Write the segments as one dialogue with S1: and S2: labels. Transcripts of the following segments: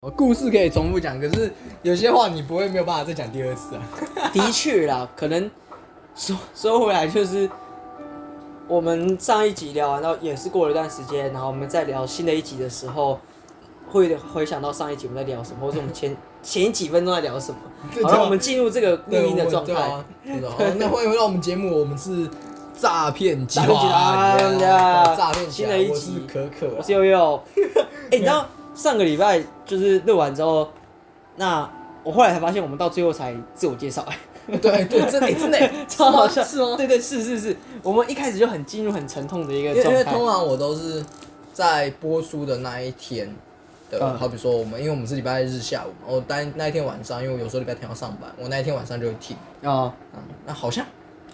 S1: 我哦故事可以重复讲，可是有些话你不会没有办法再讲第二次啊。
S2: 的确啦，可能说说回来就是，我们上一集聊完到也是过了一段时间，然后我们再聊新的一集的时候，会回想到上一集我们在聊什么，或者我们前 前几分钟在聊什么，
S1: 这
S2: 好
S1: 叫
S2: 让我们进入这个录音的
S1: 我
S2: 状
S1: 对
S2: 态。
S1: 啊，是的哦那欢迎回到我们节目，我们是诈骗集
S2: 诈
S1: 团
S2: 骗集团哎
S1: 呀
S2: 呀
S1: 诈骗集
S2: 新
S1: 团
S2: 的一
S1: 我是
S2: 集
S1: 可可啊，
S2: 我是 悠悠，哎、你知道上个礼拜就是录完之后，那我后来才发现我们到最后才自我介绍、 哎。
S1: 对对，真的欸真的欸
S2: 超好笑，
S1: 是吗？
S2: 对对是是是，我们一开始就很进入很沉痛的一
S1: 因
S2: 个
S1: 为因
S2: 状
S1: 为
S2: 态。
S1: 通常我都是在播出的那一天的，
S2: 嗯
S1: 好比说我们，因为我们是礼拜日下午嘛，我当那一天晚上，因为我有时候礼拜天要上班，我那一天晚上就会听。
S2: 哦，
S1: 嗯，那好像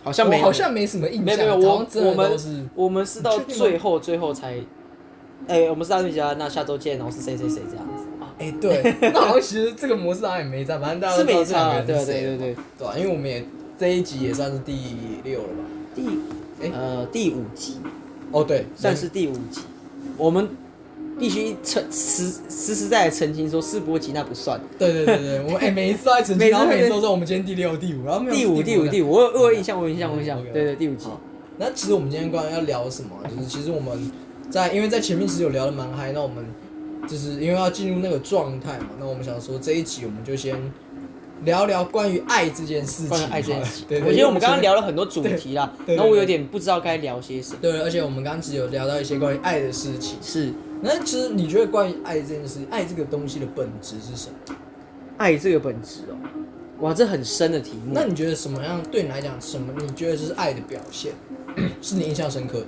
S2: 好像没
S1: 我
S2: 有，
S1: 好像没什么印象，
S2: 没有没有，
S1: 好
S2: 我
S1: 像真
S2: 我
S1: 的都
S2: 们
S1: 是
S2: 我们是到最后最后才，哎、我们是大专家，那下周见，然后是谁谁谁这样子啊？
S1: 哎、 对，那好像其实这个模式好像也没在，反正大家
S2: 是
S1: 都知道
S2: 没
S1: 这两个人
S2: 差啊，对啊
S1: 是
S2: 对
S1: 谁
S2: 对
S1: 了
S2: 对，
S1: 对啊因为我们也这一集也算是第六了吧？
S2: 第、
S1: 哎
S2: 呃第五集
S1: 哦，对，
S2: 算是第五集，我们必须澄实实实在在澄清说世博集那不算，
S1: 对对对对，我们哎、每一次都在澄清，
S2: 每次
S1: 然后每
S2: 都
S1: 次
S2: 在
S1: 都说我们今天第六、第五，然后没有
S2: 第五第五
S1: 五。
S2: 第五，我有我有印象我有印象我有印象，
S1: 嗯，OK，OK
S2: 对对第五集，
S1: 那其实我们今天关于要聊什么，啊就是其实我们在因为在前面其实有聊的蛮嗨，那我们就是因为要进入那个状态嘛，那我们想说这一集我们就先聊聊关于爱这件事情好了，
S2: 关于爱这件事情
S1: 对，对
S2: 我觉得我们刚刚
S1: 前面
S2: 聊了很多主题啦，
S1: 对对对
S2: 然后我有点不知道该聊些什么。
S1: 对，而且我们刚刚只有聊到一些关于爱的事情。
S2: 是
S1: 那其实你觉得关于爱这件事，情，爱这个东西的本质是什么？
S2: 爱这个本质哦，哇，这很深的题目。
S1: 那你觉得什么样对你来讲，什么你觉得这是爱的表 现，是你印象深刻的？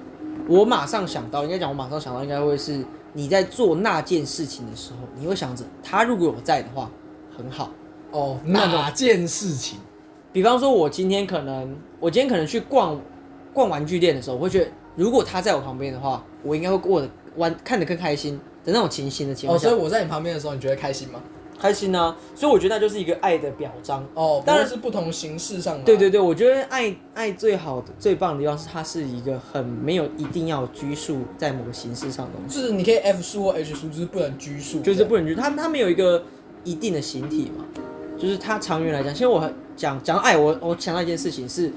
S2: 我马上想到，应该讲我马上想到，应该会是你在做那件事情的时候，你会想着他如果有在的话，很好。
S1: 哦，哪件事情？
S2: 比方说，我今天可能，我今天可能去逛逛玩具店的时候，我会觉得如果他在我旁边的话，我应该会过得玩看得更开心的那种情形的情
S1: 哦，
S2: 况下，
S1: 所以我在你旁边的时候，你觉得开心吗？
S2: 开心啊。所以我觉得那就是一个爱的表彰。
S1: 哦，
S2: 当然
S1: 不过是不同形式上的。啊
S2: 对对对，我觉得爱爱最好的、最棒的地方是，它是一个很没有一定要拘束在某个形式上的东西。
S1: 就是你可以 F 数或 H 数，就是不能拘束，
S2: 就是不能拘束，他他们有一个一定的形体嘛，就是它长远来讲，现在我很讲讲爱，我我想到一件事情是，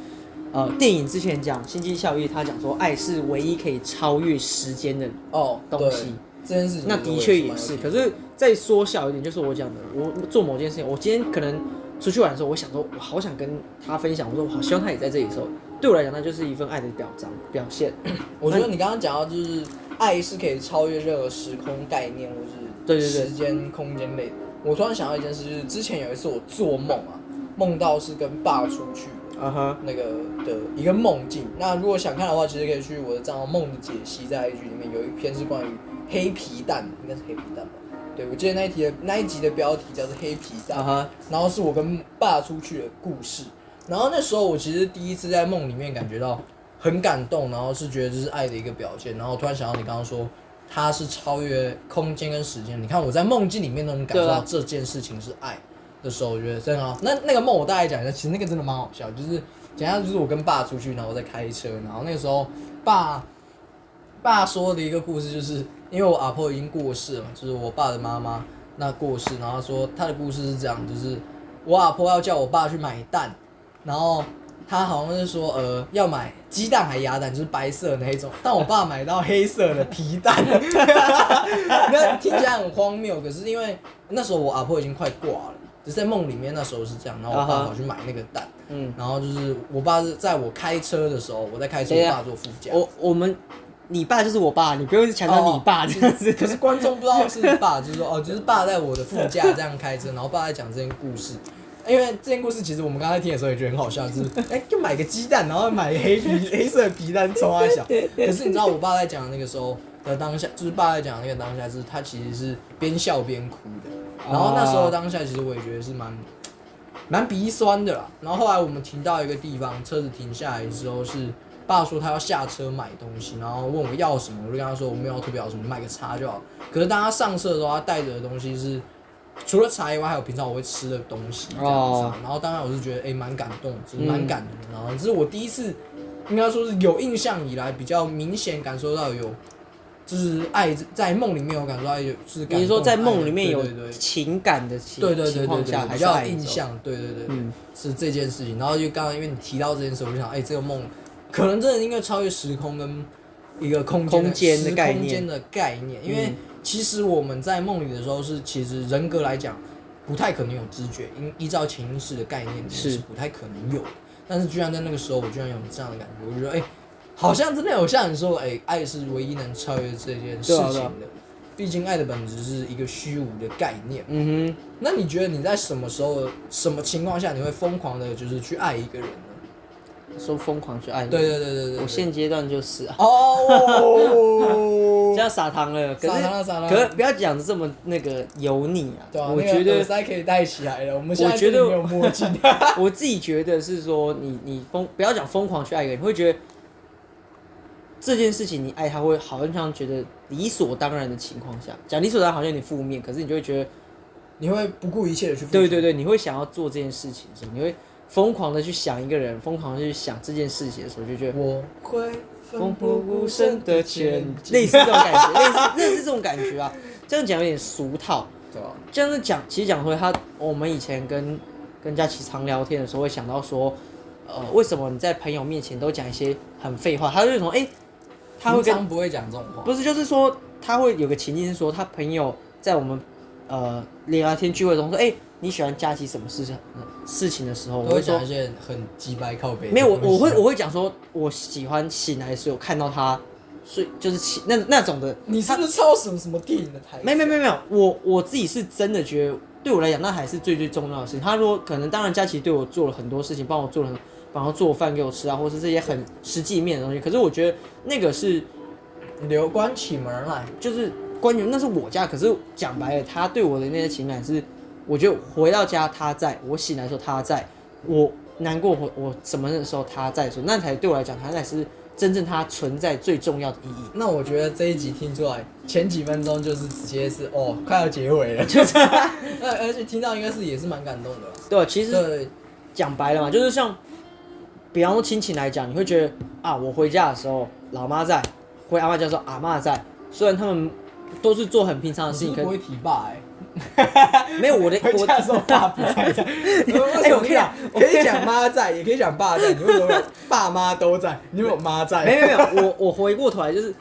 S2: 呃，电影之前讲《星际效益》，他讲说爱是唯一可以超越时间的，
S1: 哦
S2: 东
S1: 对
S2: 西
S1: 这件事情
S2: 那的确嗯也是。可
S1: 可
S2: 是再缩小一点，就是我讲的，我做某件事情，我今天可能出去玩的时候，我想说，我好想跟他分享，我说我好希望他也在这里的时候，对我来讲，那就是一份爱的表彰表现。
S1: 我觉得你刚刚讲到，就是爱是可以超越任何时空概念，或是
S2: 对对对
S1: 时间、空间类的。我突然想到一件事，就是之前有一次我做梦啊，梦到是跟爸出去
S2: 啊哈，
S1: 那个的一个梦境。那如果想看的话，其实可以去我的账号“梦的解析”在 IG 里面有一篇是关于黑皮蛋，应该是黑皮蛋吧？对，我记得那一题的那一集的标题叫做“黑皮蛋”
S2: 啊哈，
S1: 然后是我跟爸出去的故事。然后那时候我其实第一次在梦里面感觉到很感动，然后是觉得这是爱的一个表现。然后突然想到你刚刚说。它是超越空间跟时间，你看我在梦境里面都能感受
S2: 对
S1: 到
S2: 啊
S1: 这件事情是爱的时候，我觉得真的好。啊那那个梦我大概讲一下，其实那个真的蛮好笑，就是哎简单就是我跟爸出去，然后我在开车，然后那个时候爸爸说的一个故事，就是因为我阿婆已经过世了嘛，就是我爸的妈妈那过世，然后他说他的故事是这样，就是我阿婆要叫我爸去买蛋，然后他好像是说呃要买鸡蛋还鸭蛋，就是白色的那一种，但我爸买到黑色的皮蛋， 那听起来很荒谬，可是因为那时候我阿婆已经快挂了，只是在梦里面那时候是这样，然后我爸
S2: 啊哈
S1: 跑去买那个蛋。
S2: 嗯，
S1: 然后就是我爸是在我开车的时候，我在开车，
S2: 等一
S1: 我
S2: 下
S1: 爸坐副驾。
S2: 我我们，你爸就是我爸，你不用一直强调你爸这样 子。
S1: 哦嗯可是观众不知道是爸， 就是说哦，就是爸在我的副驾这样开车，然后爸在讲这件故事。因为这件故事其实我们刚才听的时候也觉得很好笑，就是哎、就买个鸡蛋，然后买黑皮黑色的皮蛋抽啊 小。可是你知道我爸在讲的那个时候的当下，就是爸在讲的那个当下，就是他其实是边笑边哭的。然后那时候当下其实我也觉得是蛮蛮鼻酸的啦。然后后来我们停到一个地方，车子停下来之后是爸说他要下车买东西，然后问我要什么，我就跟他说我没有要特别要什么，买个茶就好。可是当他上车的时候，他带着的东西是除了茶以外，还有平常我会吃的东西这样子啊、
S2: 哦
S1: 然后当然我是觉得哎蛮、感动，就是
S2: 嗯
S1: 蛮感人的。然后这是我第一次应该说是有印象以来比较明显感受到有就是爱在梦里面，我感受到爱就是感
S2: 你是说
S1: 动
S2: 在
S1: 爱
S2: 梦
S1: 的
S2: 里面有
S1: 对对对
S2: 情感的情
S1: 对对
S2: 情
S1: 对
S2: 况
S1: 对
S2: 下，
S1: 对，
S2: 还
S1: 比
S2: 是
S1: 较
S2: 爱
S1: 有
S2: 你
S1: 印
S2: 走？
S1: 象，对对对，
S2: 嗯
S1: 是这件事情。然后就刚刚因为你提到这件事，我就想，哎、这个梦可能真的因为超越时空跟一个空间
S2: 空间的
S1: 时
S2: 概
S1: 空
S2: 念
S1: 间的概念，因为
S2: 嗯
S1: 其实我们在梦里的时候是，其实人格来讲不太可能有知觉，因依照潜意识的概念里面
S2: 是
S1: 是不太可能有的。但是居然在那个时候，我居然有这样的感觉，我就觉得哎、好像真的有像你说，哎、爱是唯一能超越这件事
S2: 对啊
S1: 情
S2: 对啊
S1: 的。毕竟爱的本质是一个虚无的概念。
S2: 嗯
S1: 那你觉得你在什么时候、什么情况下你会疯狂的，就是去爱一个人呢？
S2: 哼，说疯狂去爱你。
S1: 对对对对对对，
S2: 我现阶段就是啊，
S1: 哦
S2: 这，样撒糖了，可
S1: 撒
S2: 是
S1: 糖了撒糖了
S2: 可是不要讲得这么那个油腻啊。
S1: 对啊，
S2: 我觉得
S1: 塞可以戴起来了，我们现在
S2: 我觉得
S1: 自己没有墨镜。啊
S2: 我自己觉得是说你，你疯不要讲疯狂去爱一个人，你会觉得这件事情你爱他会好像觉得理所当然的情况下，讲理所当然好像有点负面，可是你就会觉得，
S1: 你会不顾一切的去付出
S2: 对对对，你会想要做这件事情的时候，你会疯狂的去想一个人，疯狂的去想这件事情的时候，就觉得
S1: 我会
S2: 奋
S1: 奋
S2: 不
S1: 不
S2: 顾
S1: 顾
S2: 身
S1: 身
S2: 的
S1: 的
S2: 前
S1: 前
S2: 类
S1: 进，
S2: 似这种感觉，类似类似这种感觉啊，这样讲有点俗套。
S1: 对啊吧？
S2: 这样子讲，其实讲回他，我们以前跟跟佳琪常聊天的时候，会想到说，呃，为什么你在朋友面前都讲一些很废话？他就是说，哎、他会
S1: 平
S2: 跟
S1: 常不会讲这种话，
S2: 不是，就是说他会有个情境是说，他朋友在我们呃聊天聚会中说，哎、你喜欢佳琪什么事情事情的时候，我
S1: 都
S2: 会
S1: 会
S2: 说
S1: 讲一些很鸡掰靠背的东西。
S2: 没有，我我会我会讲说，我喜欢醒来的时候看到他睡，就是起那那种的，
S1: 你是不是抄什么什么电影的台词？
S2: 没没没没有，我我自己是真的觉得，对我来讲，那还是最最重要的事情。他说，可能当然佳琪对我做了很多事情，帮我做了很，帮我做饭给我吃啊，或是这些很实际面的东西。可是我觉得那个是
S1: 刘关起门来，
S2: 就是关于那是我家，可是讲白了，他对我的那些情感是，我觉得回到家他在，我醒来的时候他在，我难过我我什么的时候他在的时候，那才对我来讲，他才是真正他存在最重要的意义。
S1: 那我觉得这一集听出来，前几分钟就是直接是哦，快要结尾了，
S2: 就是
S1: 那而且听到应该是也是蛮感动的。啊
S2: 对，其实
S1: 对，
S2: 讲白了嘛，就是像，比方说亲情来讲，你会觉得啊，我回家的时候老妈在，回阿妈家的时候阿妈在，虽然他们都是做很平常的事
S1: 你
S2: 情，
S1: 不
S2: 可
S1: 会提爸欸
S2: 是没有我的
S1: 哎，回
S2: 我
S1: 家的时候爸 不在家。 哎
S2: 我跟你讲我
S1: 可以讲妈在，也可以讲爸在，你为什么爸妈都在？你有没有妈在？哦
S2: 没有没有 没有，我我回过头来就是。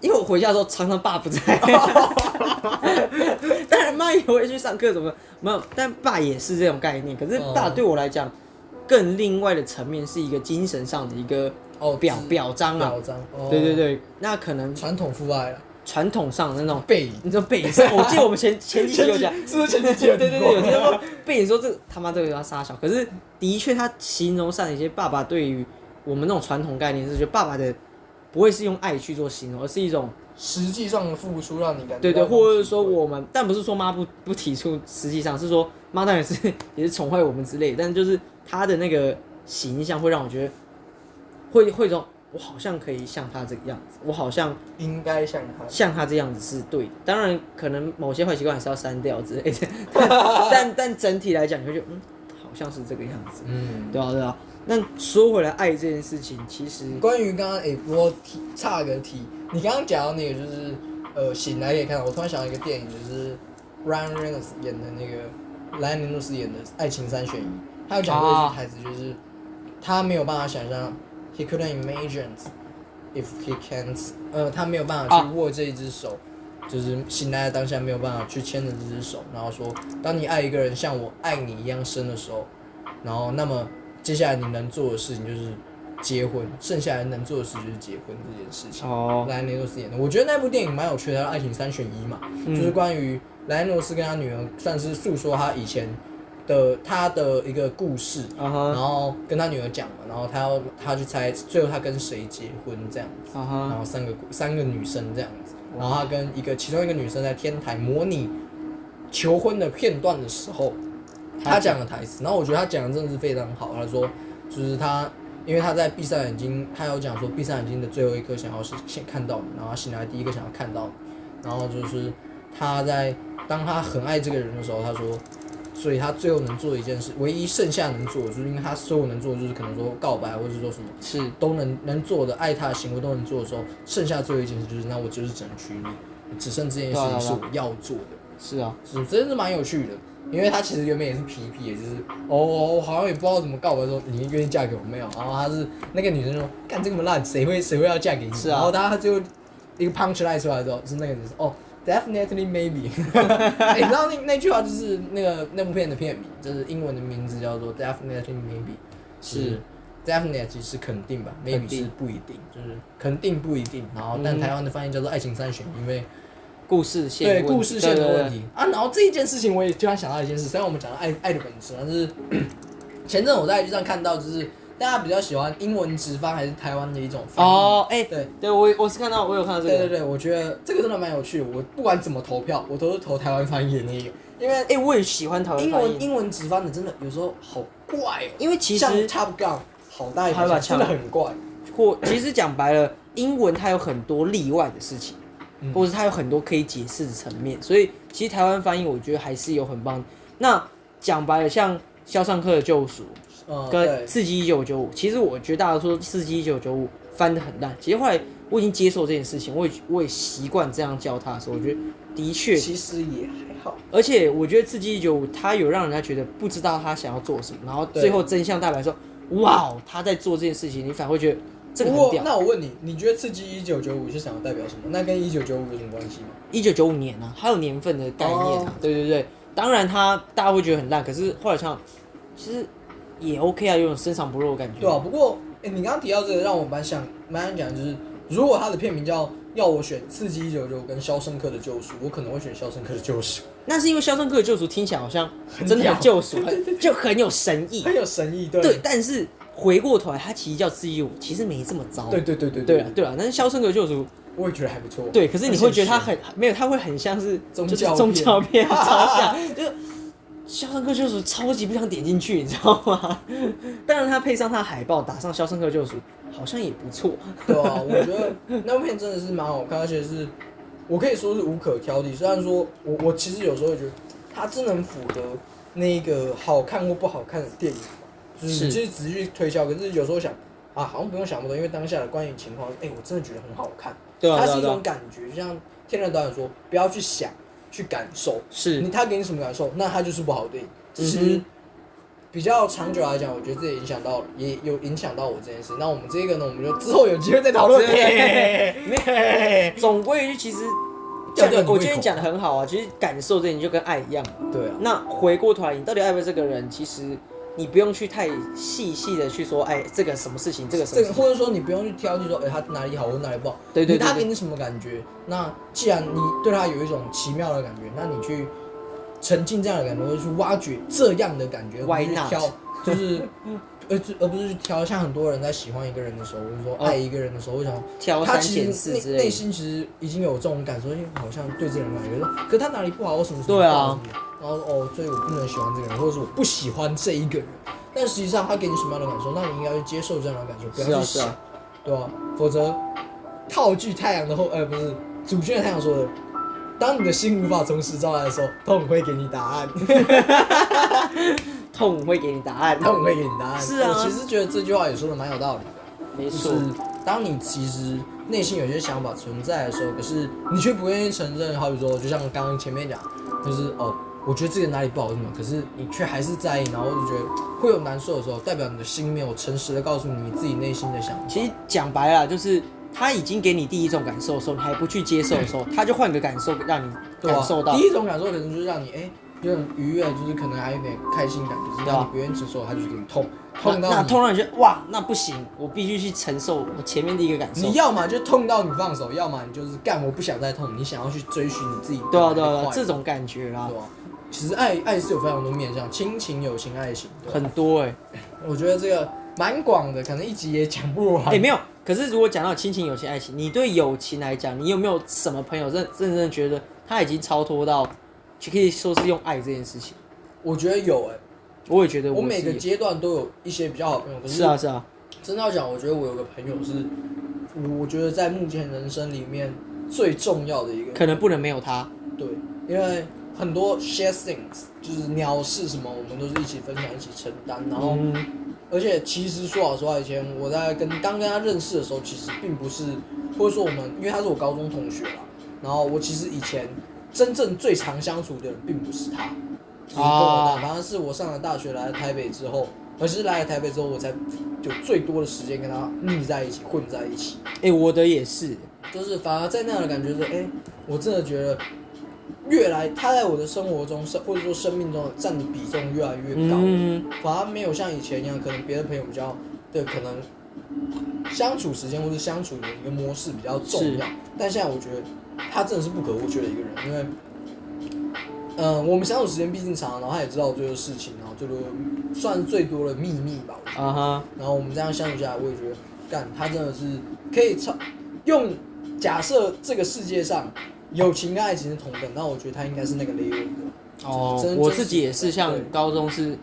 S2: 因为我回家的时候常常爸不在， 当然妈也会去上课什么的没有，但爸也是这种概念。可是爸
S1: 嗯
S2: 对我来讲，更另外的层面是一个精神上的一个
S1: 哦
S2: 表
S1: 是
S2: 表彰啊
S1: 表。彰，哦
S2: 对对，对，那可能
S1: 传统父爱了，啊
S2: 传统上的那种
S1: 背影。
S2: 你知道背影是，我记得我们前 前几集有讲，
S1: 是不是前几集
S2: 对
S1: 有
S2: 对
S1: 提
S2: 对，
S1: 过
S2: 有些说背影说这个他妈这个要杀小，可是的确他形容上一些爸爸对于我们那种传统概念是，觉得爸爸的不会是用爱去做形容，而是一种
S1: 实际上的付出让你感觉
S2: 对对，
S1: 到
S2: 或者是说我们，但不是说妈不不提出，实际上是说妈当然是也是宠坏我们之类，但就是她的那个形象会让我觉得会会有一种我好像可以像她这个样子，我好像
S1: 应该像他
S2: 像他这样子是对的，当然可能某些坏习惯还是要删掉之类的， 但 但但整体来讲，你会觉得嗯，好像是这个样子，
S1: 嗯。
S2: 对啊对啊。那说回来，爱这件事情，其实
S1: 关于刚刚诶，我提差个题，你刚刚讲到那个就是呃醒来也看到，我突然想到一个电影，就是 Ryan Reynolds 演的那个莱恩·尼诺斯演的《爱情三选一》，他有讲过一句台词，就是、他没有办法想象，he couldn't imagine if he can't，呃，他没有办法去握这一只手。就是醒来的当下没有办法去牵着这只手，然后说，当你爱一个人像我爱你一样深的时候，然后那么接下来你能做的事情就是结婚，剩下来能做的事就是结婚这件事情。
S2: 哦，
S1: 莱恩·尼诺斯演的，我觉得那部电影蛮有趣的，它叫《爱情三选一》嘛，
S2: 嗯
S1: 就是关于莱恩·尼诺斯跟他女儿算是诉说他以前的他的一个故事，
S2: 啊
S1: 然
S2: 哈
S1: 后跟他女儿讲嘛，然后他要他去猜最后他跟谁结婚这样子，
S2: 啊
S1: 然
S2: 哈，
S1: 后三个三个女生这样子，然后他跟一个其中一个女生在天台模拟求婚的片段的时候，他讲的台词，然后我觉得他讲的真的是非常好。他说，就是他，因为他在闭上眼睛，他有讲说闭上眼睛的最后一刻想要是先看到你，然后他醒来第一个想要看到你，然后就是他在当他很爱这个人的时候，他说所以他最后能做的一件事，唯一剩下能做的，就是因为他所有能做的就是可能说告白，或者是说什么
S2: 是
S1: 都能能做的爱他的行为都能做的时候，剩下最后一件事就是，那我就是只能娶你，只剩这件事
S2: 对
S1: 情
S2: 啊对
S1: 是
S2: 啊
S1: 我要做的。
S2: 是啊，
S1: 是真是蛮有趣的，因为他其实原本也是皮皮，也就是哦，我好像也不知道怎么告白说你愿意嫁给我没有，然后他是那个女生说干这么烂，谁会谁会要嫁给你？
S2: 是啊
S1: 然后他最后一个 punch line 出来之后是那个女生哦。Definitely maybe，欸你知道那那句话就是那个那部片的片名，就是英文的名字叫做 Definitely maybe，
S2: 是
S1: definitely 是肯定吧
S2: 肯
S1: ，maybe
S2: 定
S1: 是不一定，就是肯定不一定。然后
S2: 嗯
S1: 但台湾的翻译叫做爱情三选，因为
S2: 故事线
S1: 对
S2: 的问
S1: 故事线的
S2: 对对
S1: 问题啊，然后这一件事情我也突然想到一件事，虽然我们讲到爱爱的本质，但是前阵我在 IG 上看到，就是大家比较喜欢英文直翻还是台湾的一种
S2: 对
S1: 翻译。
S2: 哦，哎，
S1: 对
S2: 对我我是看到我有看到这
S1: 对对
S2: 个，
S1: 对，我觉得这个真的蛮有趣的。我不管怎么投票，我都是投台湾翻译的那一个，因为
S2: 哎，我也喜欢台湾
S1: 英
S2: 翻
S1: 文
S2: 译，
S1: 英文直翻的真的有时候好怪哦、
S2: 因为其
S1: 像
S2: 实
S1: Top Gun 好大一
S2: 还把
S1: 把，真的很怪。
S2: 或其实讲白了，英文它有很多例外的事情，
S1: 嗯
S2: 或者它有很多可以解释的层面，所以其实台湾翻译我觉得还是有很棒。那讲白了，像《肖申克的救赎
S1: 嗯》
S2: 跟《
S1: 对，
S2: 刺激一九九五》，其实我觉得大家说《刺激一九九五》翻的很烂，其实后来我已经接受这件事情，我也我也习惯这样叫它的时候，我觉得的确，
S1: 其实也还好。
S2: 而且我觉得《刺激一九五》它有让人家觉得不知道他想要做什么，然后最
S1: 对
S2: 后真相大白说，哇，哦他在做这件事情，你反而会觉得这个
S1: 不
S2: 很
S1: 过
S2: 屌。
S1: 那我问你，你觉得刺激一九九五是想要代表什么？那跟一九九五有什么关系吗？
S2: 一九九五年啊，它有年份的概念啊，
S1: 哦
S2: 对对对。当然它大家会觉得很烂，可是后来想想，其实也 OK 啊，有种深藏不露的感觉。
S1: 对啊，不过、诶你刚刚提到这个，让我蛮想蛮想讲，就是如果它的片名叫“要我选刺激一九九五跟《肖申克的救赎》，我可能会选《肖申克的救赎
S2: 那是因为《肖申克的救赎》听起来好像
S1: 很
S2: 真的
S1: 屌
S2: 很救赎，很就很有神》，意。
S1: 很有神 意，对
S2: 对
S1: 对，
S2: 但是回过头来，它其实叫《刺激五》，其实没这么糟。
S1: 对对对对
S2: 对啊，对啊。但是《肖申克的救赎》
S1: 我也觉得还不错。
S2: 对，啊可是你会觉得它
S1: 而且
S2: 很没有，它会很像是
S1: 宗
S2: 就是
S1: 教片
S2: 宗 教片超像，就是《肖申克的救赎》超级不想点进去，你知道吗？ 当然，它配上它的海报，打上《肖申克的救赎》，好像也不错。
S1: 对啊，我觉得那部片真的是蛮好看，而且是我可以说是无可挑剔。虽然说我我其实有时候也觉得它真的很符合那个好看或不好看的电影嘛，就是
S2: 是
S1: 你就是只是去推销，可是有时候想啊，好像不用想那么多，因为当下的观影情况，哎、我真的觉得很好看。
S2: 对啊，
S1: 它
S2: 对啊
S1: 是一
S2: 对啊
S1: 种感觉，就像天然导演说，不要去想，去感受。
S2: 是
S1: 你他给你什么感受，那他就是不好的电影。只
S2: 嗯
S1: 是
S2: 哼
S1: 比较长久来讲，我觉得这也影响到，也有影响到我这件事。那我们这个呢，我们就之后有机会再讨 论。
S2: 没有，总归一句，其 实
S1: 吊吊你胃口
S2: 我觉得你讲的很好啊。其实感受这件事就跟爱一样嘛。
S1: 对啊，
S2: 那回过头来，你到底爱不爱这个人？其实你不用去太细细的去说，哎，这个什么事情，这个什
S1: 这
S2: 么
S1: 个
S2: 事
S1: 或者说你不用去挑剔说，哎、他哪里好或哪里不好，
S2: 对对对对
S1: 他给你什么感觉？那既然你对他有一种奇妙的感觉，那你去沉浸这样的感觉，或者去挖掘这样的感觉，
S2: Why
S1: 而不是去
S2: not？
S1: 挑就是。而就而不是去挑，像很多人在喜欢一个人的时候，或者说
S2: 哦
S1: 爱一个人的时候，我想
S2: 挑
S1: 他
S2: 三
S1: 其
S2: 拣
S1: 实
S2: 四
S1: 内
S2: 之类
S1: 内
S2: 的。
S1: 心其实已经有这种感受，因为好像对这个人感觉到，可是他哪里不好，我什么什么
S2: 对啊
S1: 不好什么然后哦，所以我不能喜欢这个人，或者是我不喜欢这一个人。但实际上他给你什么样的感受，那你应该去接受这样的感受，不
S2: 是啊
S1: 要去
S2: 是
S1: 想，
S2: 啊
S1: 对啊？否则，套句太阳的后，呃，不是主君的太阳说的，当你的心无法从实招来的时候，痛会给你答案，
S2: 痛会给你答案，
S1: 痛会给你答案。
S2: 是啊
S1: 我其实觉得这句话也说的蛮有道理的。
S2: 没
S1: 就
S2: 错
S1: 是，当你其实内心有些想法存在的时候，可是你却不愿意承认。好比说，就像刚刚前面讲，就是哦，我觉得这个哪里不好什么，可是你却还是在意，然后就觉得会有难受的时候，代表你的心没有诚实的告诉你你自己内心的想法。
S2: 其实讲白了，就是他已经给你第一种感受的时候，你还不去接受的时
S1: 嗯
S2: 候，他就换个感受让你
S1: 对啊
S2: 感受到
S1: 第。一种感受可能就是让你哎。有点愉悦，就是可能还有点开心感，可是
S2: 对
S1: 当
S2: 啊
S1: 你不愿意接受，它就是给你痛，
S2: 那
S1: 痛嗯到
S2: 那
S1: 你，
S2: 痛让你觉得哇，那不行，我必须去承受我前面的一个感受
S1: 你。要么就痛到你放手，要么你就是干我不想再痛，你想要去追寻你自己
S2: 对啊，
S1: 本来的
S2: 对啊，对啊
S1: 快乐
S2: 这种感觉啦
S1: 对，啊，其实爱爱是有非常多面向，亲情、友情、爱情，对吧
S2: 很多哎、欸，
S1: 我觉得这个蛮广的，可能一集也讲不完。
S2: 哎、没有。可是如果讲到亲情、友情、爱情，你对友情来讲，你有没有什么朋友认认真觉得他已经超脱到，就可以说是用爱这件事情？
S1: 我觉得有哎、
S2: 我也觉得
S1: 我
S2: 是
S1: 每个
S2: 有
S1: 阶段都有一些比较好的朋友，可
S2: 是啊是啊，
S1: 真的要讲，我觉得我有个朋友是，我我觉得在目前人生里面最重要的一个，
S2: 可能不能没有他。
S1: 对，因为很多 share things，就是鸟事什么，我们都是一起分享、一起承担。然后，而且其实说老实话，以前我在跟刚跟他认识的时候，其实并不是，或者说我们，因为他是我高中同学啦。然后我其实以前真正最常相处的人，并不是他，就是跟我
S2: 啊
S1: 大，反正是我上了大学来了台北之后，而是来了台北之后，我才有最多的时间跟他腻在一起、混在一起。
S2: 哎、我的也是，
S1: 就是反而在那样的感觉是，哎、我真的觉得越来他在我的生活中，生或者说生命中占的比重越来越高，
S2: 嗯，
S1: 反而没有像以前一样，可能别的朋友比较对，可能相处时间或者相处的一个模式比较重要
S2: 是。
S1: 但现在我觉得他真的是不可或缺的一个人，因为。嗯，我们相处时间毕竟长，然后他也知道我最多事情，然后最多算是最多的秘密吧，我觉得
S2: 啊哈，
S1: 然后我们这样相处下来，我也觉得，干他真的是可以超用假设这个世界上友情跟爱情是同等，那我觉得他应该是那个 level 的。
S2: 哦
S1: 真，
S2: 我
S1: 真
S2: 自己
S1: 实
S2: 也是，像
S1: 对
S2: 高中是，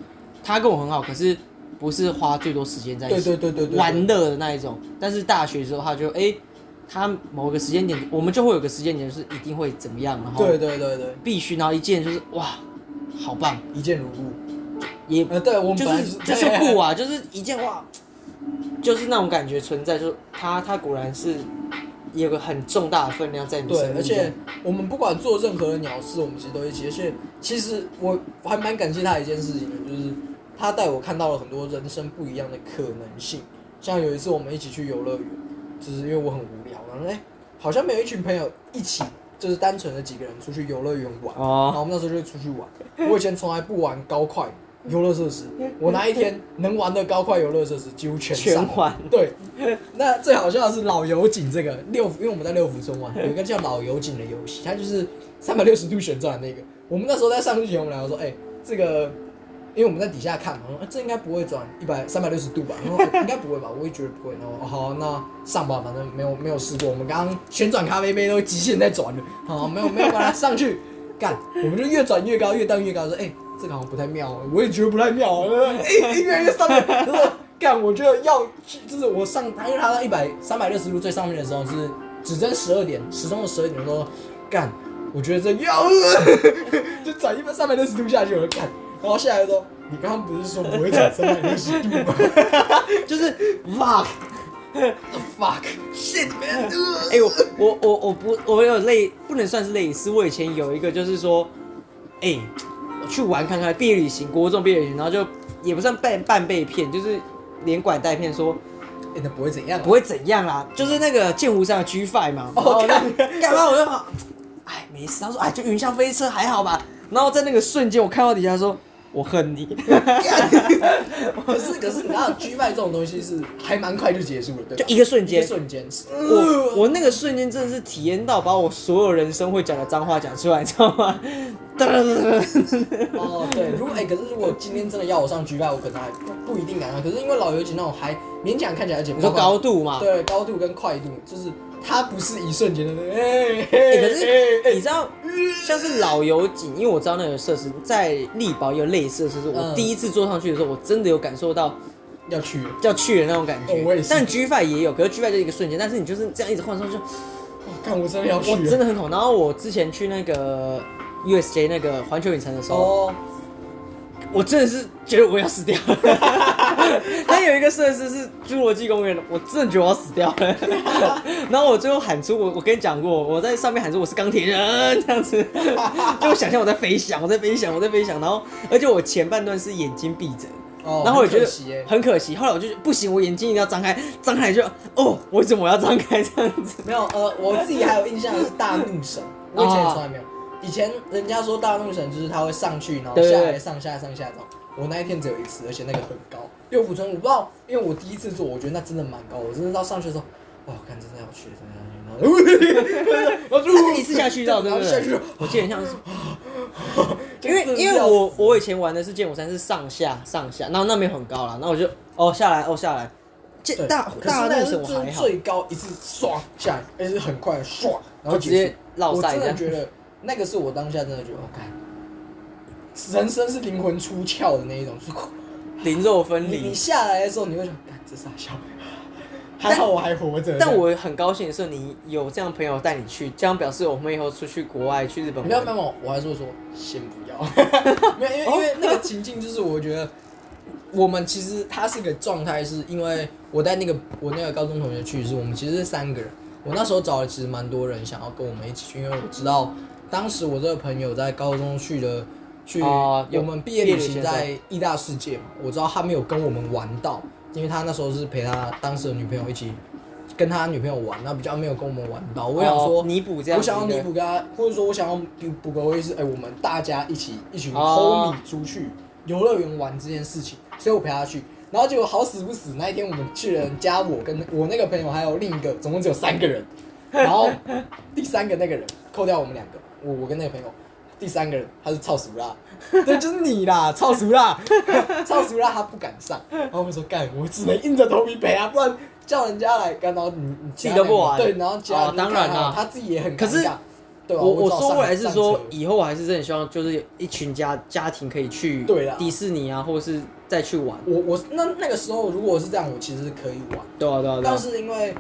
S2: 他跟我很好，可是不是花最多时间在一
S1: 对
S2: 起
S1: 对对对对，
S2: 玩乐的那一种，但是大学之后他就哎、他某个时间点，我们就会有个时间点，就是一定会怎么样，然后
S1: 对对对对，
S2: 必须，然后一见就是哇，好棒，
S1: 一见如故。
S2: 也
S1: 呃，对，我们
S2: 就
S1: 本来哎
S2: 是就是酷啊，就是一见哇，就是那种感觉存在，就是他他果然是有个很重大的分量在你
S1: 哎对
S2: 生，
S1: 而
S2: 命
S1: 且
S2: 中。
S1: 我们不管做任何的鸟事，我们其实都一起。而且其实我还蛮感谢他一件事情的，就是他带我看到了很多人生不一样的可能性。像有一次我们一起去游乐园，就是因为我很无聊，然后哎、好像没有一群朋友一起，就是单纯的几个人出去游乐园玩。然
S2: 哦，
S1: 后我们那时候就会出去玩。我以前从来不玩高快游乐设施，我那一天能玩的高快游乐设施几乎全上
S2: 全。环
S1: 对，那最好笑的是老油井这个六福，因为我们在六福村玩，有一个叫老油井的游戏，它就是三百六十度旋转的那个。我们那时候在上去前，我们两个说，哎、这个，因为我们在底下看嘛，我说、啊这应该不会转一百三百六十度吧？然后、 应该不会吧？我也觉得不会。然后、哦好，那上吧，反正没有没有试过。我们刚刚旋转咖啡杯都极限在转了，好，没有没有，关系，上去 干，我们就越转越高，越荡越高，说，哎、这个好像不太妙哦，我也觉得不太妙 哦，哎、越来越上面，然后干，我觉得要去，就是我上，他因为他到一百三百六十度最上面的时候是指针十二点，时钟的十二点的时候，干，我觉得这要，呃 就转一百三百六十度下去，我就干，然后下来的时候，你刚刚不是说不会转三百六十度吗
S2: 就是
S1: ？Fuck。The fuck shit man！
S2: 哎、我我我我不我有类不能算是类似，我以前有一个就是说，哎、我去玩看看毕业旅行，国中毕业旅行，然后就也不算半半被骗，就是连拐带骗说
S1: 哎，那不会怎样啊，
S2: 呃不会怎样啦，就是那个剑湖山的 G Five 嘛，然
S1: 哦
S2: 后那干嘛我就好，哎没事，他说哎就云霄飞车还好吧，然后在那个瞬间我看到底下说我恨你，
S1: 可是可是，你知道 G 麦这种东西是还蛮快就结束了，对吧
S2: 就一个瞬
S1: 一
S2: 间
S1: 个，瞬间，
S2: 我我那个瞬间真的是体验到把我所有人生会讲的脏话讲出来，你知道吗？ 哒哒哒哒哒
S1: 哦，对，如果哎、可是如果今天真的要我上 G 派，我可能还不不一定敢上。可是因为老油井那种还勉强看起来，而且
S2: 你说高度啊嘛？
S1: 对高度跟快度，就是它不是一瞬间的，哎、
S2: 哎、
S1: 哎
S2: 可
S1: 哎
S2: 是你
S1: 哎
S2: 知道，像是老油井，因为我知道那个设施在力宝有类似的设施，我
S1: 嗯
S2: 第一次坐上去的时候，我真的有感受到
S1: 要去了，
S2: 要去的那种感觉。
S1: 哦我也是
S2: 但 G Five 也有，可是 G Five 就一个瞬间，但是你就是这样一直换上去，
S1: 哇看我真的要去
S2: 我
S1: 了，
S2: 真的很恐。然后我之前去那个 USJ 那个环球影城的时候，
S1: 哦，
S2: 我真的是觉得我要死掉 了。它有一个设施是侏罗纪公园，我真的觉得我要死掉了。 然后我最后喊出我，我跟你讲过，我在上面喊出我是钢铁人这样 子，就我想象我在飞翔，我在飞翔，我在飞翔。然后而且我前半段是眼睛闭着。
S1: 哦，
S2: 然后我也觉
S1: 很
S2: 得
S1: 可惜哎、
S2: 很可惜，后来我就觉得不行，我眼睛一定要张开，张开就哦，为什么我要张开这样子？
S1: 没有，呃，我自己还有印象的是大怒神，
S2: 哦
S1: 我以前也从来没有。以前人家说大怒神就是他会上去，然后
S2: 对
S1: 下
S2: 对
S1: 来
S2: 对
S1: 上下上下这样。我那一天只有一次，而且那个很高，六福村我不知道，因为我第一次做，我觉得那真的蛮高。我真的到上去的时候，哇，看真的要去，真的要去，然后然后
S2: 它
S1: 就是
S2: 一次下去到，对 不
S1: 然后下去
S2: 对
S1: 就？
S2: 我记得很像是，
S1: 就
S2: 因为
S1: 真的
S2: 因为
S1: 要
S2: 我我以前玩的是剑舞山是上下上下，然后那边很高啦，然后我就哦下来哦下来，剑
S1: 对
S2: 大
S1: 可是那
S2: 大那
S1: 是
S2: 神我
S1: 真
S2: 还
S1: 的
S2: 好，
S1: 最高一次唰下来，而且是很快的唰，然后
S2: 就
S1: 结
S2: 直
S1: 束
S2: 接落
S1: 我
S2: 赛
S1: 真
S2: 这
S1: 的
S2: 样。
S1: 觉得那个是我当下真的觉得，我、干，人生是灵魂出窍的那一种，就是
S2: 灵肉分
S1: 你你
S2: 离，
S1: 下来的时候，你会想，干这傻笑，
S2: 但
S1: 还好我还活着。
S2: 但我很高兴的是，你有这样朋友带你去，这样表示我们以后出去国外去日本玩，
S1: 没有没有，没有我还是会说先不 要，没有，因为因为那个情境就是我觉得我们其实他是个状态，是因为我带那个我那个高中同学去，是我们其实是三个人，我那时候找了其实蛮多人想要跟我们一起去，因为我知道当时我这个朋友在高中去的。去
S2: 嗯哦有
S1: 我们毕业
S2: 毕业
S1: 旅
S2: 旅
S1: 行
S2: 行的时候
S1: 在义大世界嘛，我知道他没有跟我们玩到，因为他那时候是陪他当时的女朋友一起跟他女朋友玩，那比较没有跟我们玩到。我想说
S2: 哦，弥补这样
S1: 我
S2: 子一
S1: 想
S2: 个，
S1: 要弥补给他，或者说我想要补补个位是，哎、我们大家一起一群 homie
S2: 哦
S1: 出去游乐园玩这件事情，所以我陪他去。然后结果好死不死，那一天我们去了人家，我跟我那个朋友还有另一个，总共只有三个 人。然后第三个那个人扣掉我们两个，我我跟那个朋友，第三个人他是超熟啦， 对，就是你啦，超熟啦，超熟啦，他不敢上。然后我们说干，我只能硬着头皮陪啊，不然叫人家来干，然后你你
S2: 自己都不 玩
S1: 对，然后其他人
S2: 哦当然啦
S1: 看他自己也很
S2: 可是
S1: 尴尬对啊吧
S2: 我啊我
S1: 只好
S2: 说回来
S1: 上
S2: 是
S1: 上
S2: 说，
S1: 车
S2: 以后我还是真的希望就是有一群家家庭可以去
S1: 对啦
S2: 迪士尼啊，或者是再去玩。
S1: 我我那那个时候如果是这样，我其实是可以玩，
S2: 对啊对啊对
S1: 但
S2: 啊。
S1: 是因为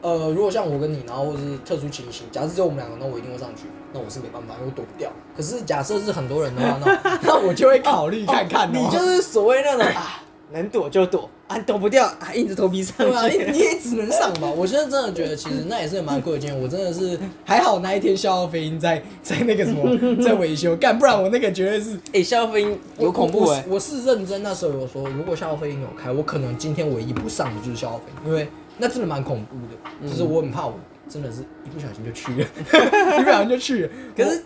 S1: 呃，如果像我跟你，然后或者是特殊情形，假设只有我们两个，那我一定会上去，那我是没办法，因为我躲不掉。可是假设是很多人的话，那那我 就会考虑看看哦、
S2: 你就是所谓那种啊，能躲就躲啊， 躲不掉啊，硬着头皮上
S1: 对啊，
S2: 去。
S1: 你你也只能上吧。我现在真的觉得，其实那也是蛮酷的经验。我真的是还好那一天消耗飞鹰在在那个什么在维修，干不然我那个绝对是
S2: 哎，消费有恐怖哎、
S1: 我我是我是认真，那时候有说，如果消费应有开，我可能今天唯一不上的就是消费，因为那真的蛮恐怖的，就是我很怕我真的是一不小心就去了， 一不小心就去了。
S2: 可是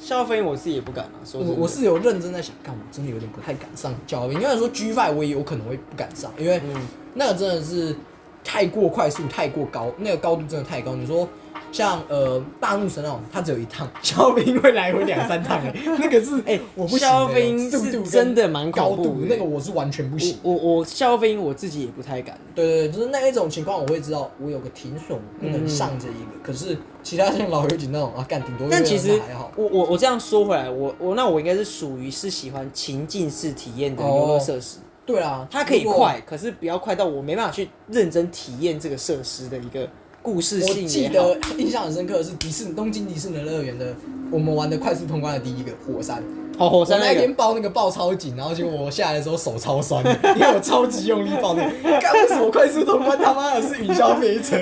S2: 消费我自己也不敢啊，说
S1: 我
S2: 真
S1: 我
S2: 的
S1: 我是有认真在想，干我真的有点不太敢上教练，因为说 G Five 我也有可能会不敢上，因为
S2: 嗯
S1: 那个真的是太过快速、太过高，那个高度真的太高。你说像呃大怒神那种，它只有一趟， 肖冰会来回两三趟、 欸，那个是哎、我不行、欸，
S2: 肖冰
S1: 速度跟
S2: 是真的蛮
S1: 高
S2: 恐怖的
S1: 度，那个我是完全不行。
S2: 我我我消费我自己也不太敢。
S1: 对对对，就是那一种情况，我会知道我有个停损，我不能上这一个。可是其他像老友警那种啊，干顶多
S2: 但
S1: 月亮
S2: 其实
S1: 那还好。
S2: 我我我这样说回来，我我那我应该是属于是喜欢情境式体验的游乐设施。
S1: 对啊，
S2: 它可以
S1: 哦如果
S2: 快，可是不要快到我没办法去认真体验这个设施的一个故事
S1: 我
S2: 性
S1: 记
S2: 也好
S1: 得印象很深刻的是迪士尼东京迪士尼乐园的，我们玩的快速通关的第一个火山。
S2: 哦，火山
S1: 我那
S2: 那
S1: 天
S2: 个，
S1: 抱那个抱超紧，然后结果我下来的时候手超酸， 因为我超级用力抱那个。干为什么快速通关他妈的是云霄飞 车？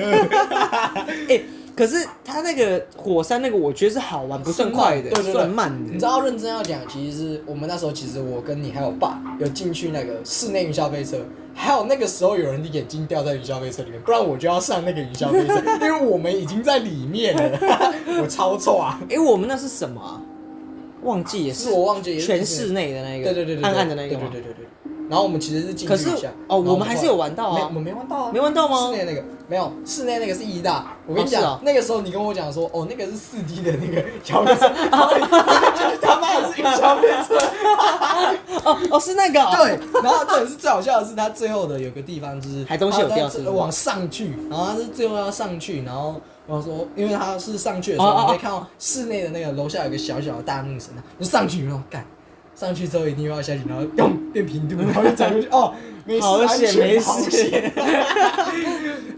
S2: 哎、可是它那个火山那个，我觉得是好玩，不算快的，
S1: 对对对
S2: 算慢
S1: 你
S2: 的
S1: 知。道认真要讲，其实是我们那时候，其实我跟你还有爸有进去那个室内云霄飞车，还有那个时候有人的眼睛掉在云霄飞车里面，不然我就要上那个云霄飞 车，因为我们已经在里面 了，我超臭啊！
S2: 哎、我们那是什么、啊？忘记也
S1: 是我忘记也是
S2: 全室内的那个，
S1: 对对对对，
S2: 暗暗的那个吗
S1: 对对对对对。然后我们其实是进去
S2: 可是
S1: 一下，
S2: 哦
S1: 然后
S2: 我们还是有
S1: 后来
S2: 玩到啊
S1: 没我们没玩到啊，
S2: 没玩到吗
S1: 室内那个没有，室内那个是一大。我跟你
S2: 哦是
S1: 讲
S2: 哦，
S1: 那个时候你跟我讲说，哦，那个是四 D 的那个小飞车，然后你就是 他妈的是云霄飞车。
S2: 哦哦，是那个、哦，
S1: 对，然后这也是最好笑的是，他最后的有个地方就是
S2: 还东西有掉
S1: 他
S2: 是不是
S1: 他往上去，然后他是最后要上去，然后我说，因为他是上去的时候，
S2: 哦哦哦
S1: 你可以看到室内的那个楼下有个小小的大木神，就上去然后干。上去之后一定又要下去，然后用变平度，然后就转过去。哦，没事，
S2: 好险
S1: 安全
S2: 没事
S1: 好险